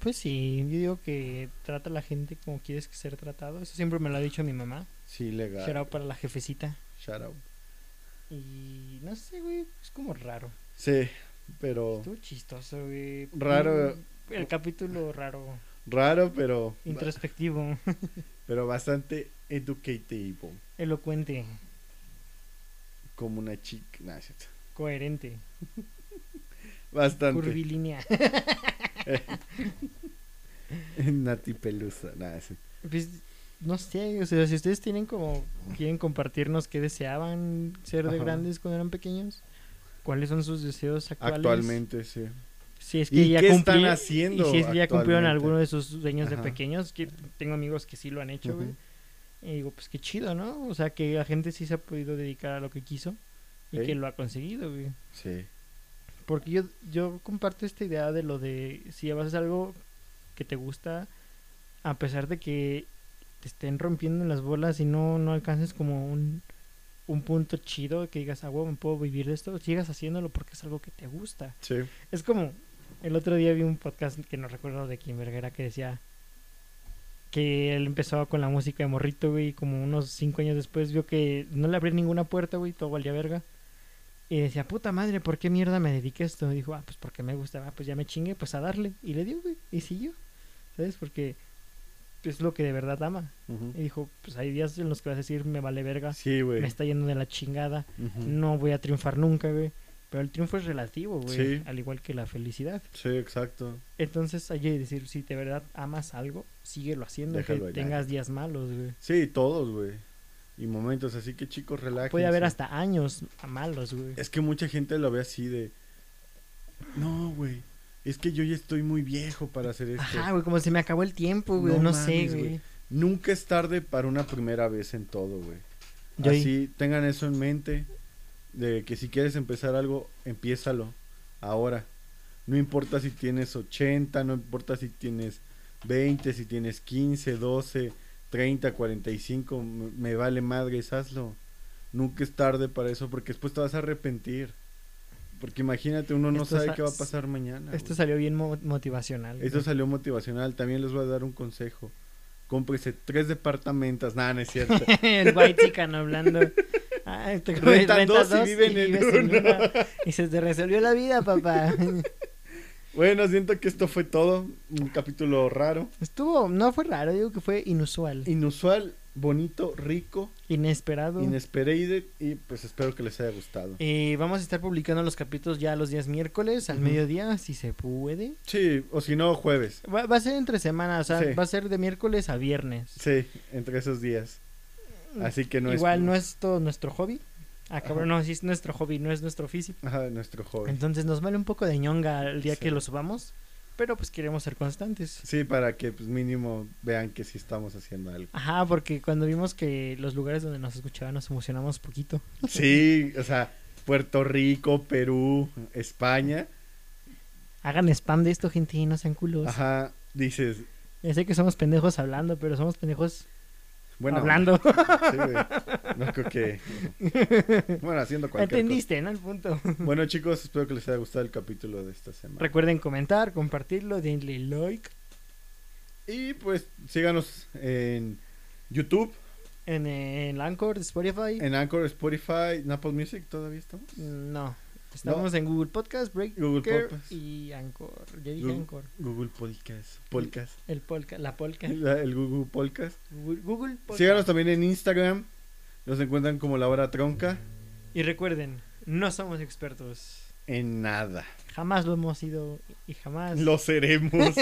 Speaker 2: Pues sí, yo digo que trata a la gente como quieres que ser tratado. Eso siempre me lo ha dicho mi mamá.
Speaker 3: Sí, legal.
Speaker 2: Shout out para la jefecita.
Speaker 3: Shout out.
Speaker 2: Y no sé, güey, es como raro.
Speaker 3: Sí, pero
Speaker 2: Estuvo chistoso, güey.
Speaker 3: Raro.
Speaker 2: Mm, El capítulo raro,
Speaker 3: raro, pero
Speaker 2: introspectivo,
Speaker 3: pero bastante educativo,
Speaker 2: elocuente,
Speaker 3: como una chica, nah, es cierto.
Speaker 2: coherente,
Speaker 3: bastante
Speaker 2: curvilínea.
Speaker 3: Nati Pelusa, nada, sí.
Speaker 2: Pues, no sé, o sea, si ustedes tienen como, quieren compartirnos qué deseaban ser de
Speaker 3: Ajá.
Speaker 2: grandes cuando eran pequeños, cuáles son sus deseos actuales.
Speaker 3: Actualmente sí.
Speaker 2: Si es que
Speaker 3: ¿Y
Speaker 2: ya
Speaker 3: qué
Speaker 2: cumpli-
Speaker 3: están haciendo
Speaker 2: Y si es que ya cumplieron
Speaker 3: actualmente?
Speaker 2: alguno de sus sueños
Speaker 3: Ajá.
Speaker 2: de pequeños, que tengo amigos que sí lo han hecho, güey.
Speaker 3: Ujú.
Speaker 2: Y digo, pues qué chido, ¿no? O sea, que la gente sí se ha podido dedicar a lo que quiso y
Speaker 3: Ey.
Speaker 2: que lo ha conseguido, güey.
Speaker 3: Sí.
Speaker 2: Porque yo, yo comparto esta idea de lo de si vas a hacer algo que te gusta, a pesar de que te estén rompiendo las bolas y no, no alcances como un, un punto chido que digas, ah, huevo, me puedo vivir de esto, sigas haciéndolo porque es algo que te gusta.
Speaker 3: Sí.
Speaker 2: Es como, el otro día vi un podcast que no recuerdo de quién verguera que decía que él empezó con la música de morrito, güey, y como unos cinco años después vio que no le abría ninguna puerta, güey, todo valía verga. Y decía, puta madre, ¿por qué mierda me dediqué a esto? Y dijo, ah, pues porque me gustaba, pues ya me chingué, pues a darle. Y le dio, güey, y siguió, ¿sabes? Porque es lo que de verdad ama.
Speaker 3: Ujú.
Speaker 2: Y dijo, pues hay días en los que vas a decir, me vale verga,
Speaker 3: Sí, güey.
Speaker 2: me está yendo de la chingada,
Speaker 3: Ujú.
Speaker 2: no voy a triunfar nunca, güey. Pero el triunfo es relativo, güey.
Speaker 3: Sí.
Speaker 2: Al igual que la felicidad.
Speaker 3: Sí, exacto.
Speaker 2: Entonces hay que decir, si de verdad amas algo, síguelo haciendo.
Speaker 3: Déjalo
Speaker 2: que
Speaker 3: bailar.
Speaker 2: tengas días malos, güey.
Speaker 3: Sí, todos, güey. Y momentos, así que chicos, relájense.
Speaker 2: Puede haber hasta años malos, güey.
Speaker 3: Es que mucha gente lo ve así de No, güey. Es que yo ya estoy muy viejo para hacer esto.
Speaker 2: Ajá, güey, como se me acabó el tiempo, güey. No,
Speaker 3: No
Speaker 2: sé,
Speaker 3: mames,
Speaker 2: güey.
Speaker 3: güey. Nunca es tarde para una primera vez en todo, güey.
Speaker 2: Yo ahí-
Speaker 3: Así tengan eso en mente de que si quieres empezar algo, empiézalo ahora. No importa si tienes 80, no importa si tienes 20, si tienes 15, 12, 30, 45, me me vale madres, hazlo. Nunca es tarde para eso porque después te vas a arrepentir. Porque imagínate, uno no
Speaker 2: Esto
Speaker 3: sabe
Speaker 2: sa-
Speaker 3: qué va a pasar mañana.
Speaker 2: Esto
Speaker 3: güey.
Speaker 2: salió bien mo- motivacional.
Speaker 3: Esto
Speaker 2: güey.
Speaker 3: salió motivacional. También les voy a dar un consejo. Cómprese tres departamentos. Nada, no es cierto.
Speaker 2: el white chican hablando. Ah, te
Speaker 3: Rentan
Speaker 2: rentas
Speaker 3: dos y viven en
Speaker 2: vives
Speaker 3: uno.
Speaker 2: Y se te resolvió la vida, papá.
Speaker 3: Bueno, siento que esto fue todo. Un capítulo raro.
Speaker 2: Estuvo, no fue raro, digo que fue inusual,
Speaker 3: Inusual, bonito, rico,
Speaker 2: inesperado.
Speaker 3: inesperado. Y pues espero que les haya gustado.
Speaker 2: Eh, vamos a estar publicando los capítulos ya los días miércoles, al
Speaker 3: Ujú.
Speaker 2: mediodía, si se puede.
Speaker 3: Sí, o si no, jueves.
Speaker 2: Va, va a ser entre semana, o sea,
Speaker 3: Sí.
Speaker 2: va a ser de miércoles a viernes.
Speaker 3: Sí, entre esos días. Así que no
Speaker 2: Igual
Speaker 3: es.
Speaker 2: no es todo nuestro hobby. Ah, cabrón, no, sí es nuestro hobby, no es nuestro físico.
Speaker 3: Ajá, nuestro joven.
Speaker 2: Entonces nos vale un poco de ñonga el día
Speaker 3: Sí.
Speaker 2: que lo subamos, pero pues queremos ser constantes.
Speaker 3: Sí, para que pues mínimo vean que sí estamos haciendo algo.
Speaker 2: Ajá, porque cuando vimos que los lugares donde nos escuchaban nos emocionamos poquito.
Speaker 3: Sí, o sea, Puerto Rico, Perú, España.
Speaker 2: Hagan spam de esto, gente, y no sean culos.
Speaker 3: Ajá, dices.
Speaker 2: Ya sé que somos pendejos hablando, pero somos pendejos
Speaker 3: Bueno,
Speaker 2: hablando.
Speaker 3: Sí, güey. No creo que. Bueno, haciendo cualquier
Speaker 2: Entendiste, ¿no? El punto.
Speaker 3: cosa. Bueno, chicos, espero que les haya gustado el capítulo de esta semana.
Speaker 2: Recuerden comentar, compartirlo, denle like
Speaker 3: y pues síganos en YouTube,
Speaker 2: en el Anchor, Spotify.
Speaker 3: en Anchor, Spotify, en Apple Music, todavía estamos.
Speaker 2: No. Estamos en Google Podcast, Breaker
Speaker 3: Google Podcast.
Speaker 2: y Anchor. Ya dije
Speaker 3: Google-
Speaker 2: Anchor.
Speaker 3: Google Podcast. Podcast.
Speaker 2: El polka, la polka.
Speaker 3: La- el Google Podcast.
Speaker 2: Google, Google Podcast.
Speaker 3: Síganos también en Instagram. Nos encuentran como La Hora Tronca.
Speaker 2: Y recuerden, no somos expertos.
Speaker 3: En nada.
Speaker 2: Jamás lo hemos sido y jamás.
Speaker 3: Lo seremos.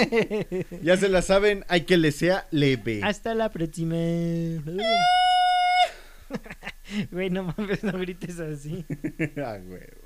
Speaker 3: ya se la saben. Hay que le sea leve.
Speaker 2: Hasta la próxima. Güey, no mames, no grites así.
Speaker 3: Ah, güey.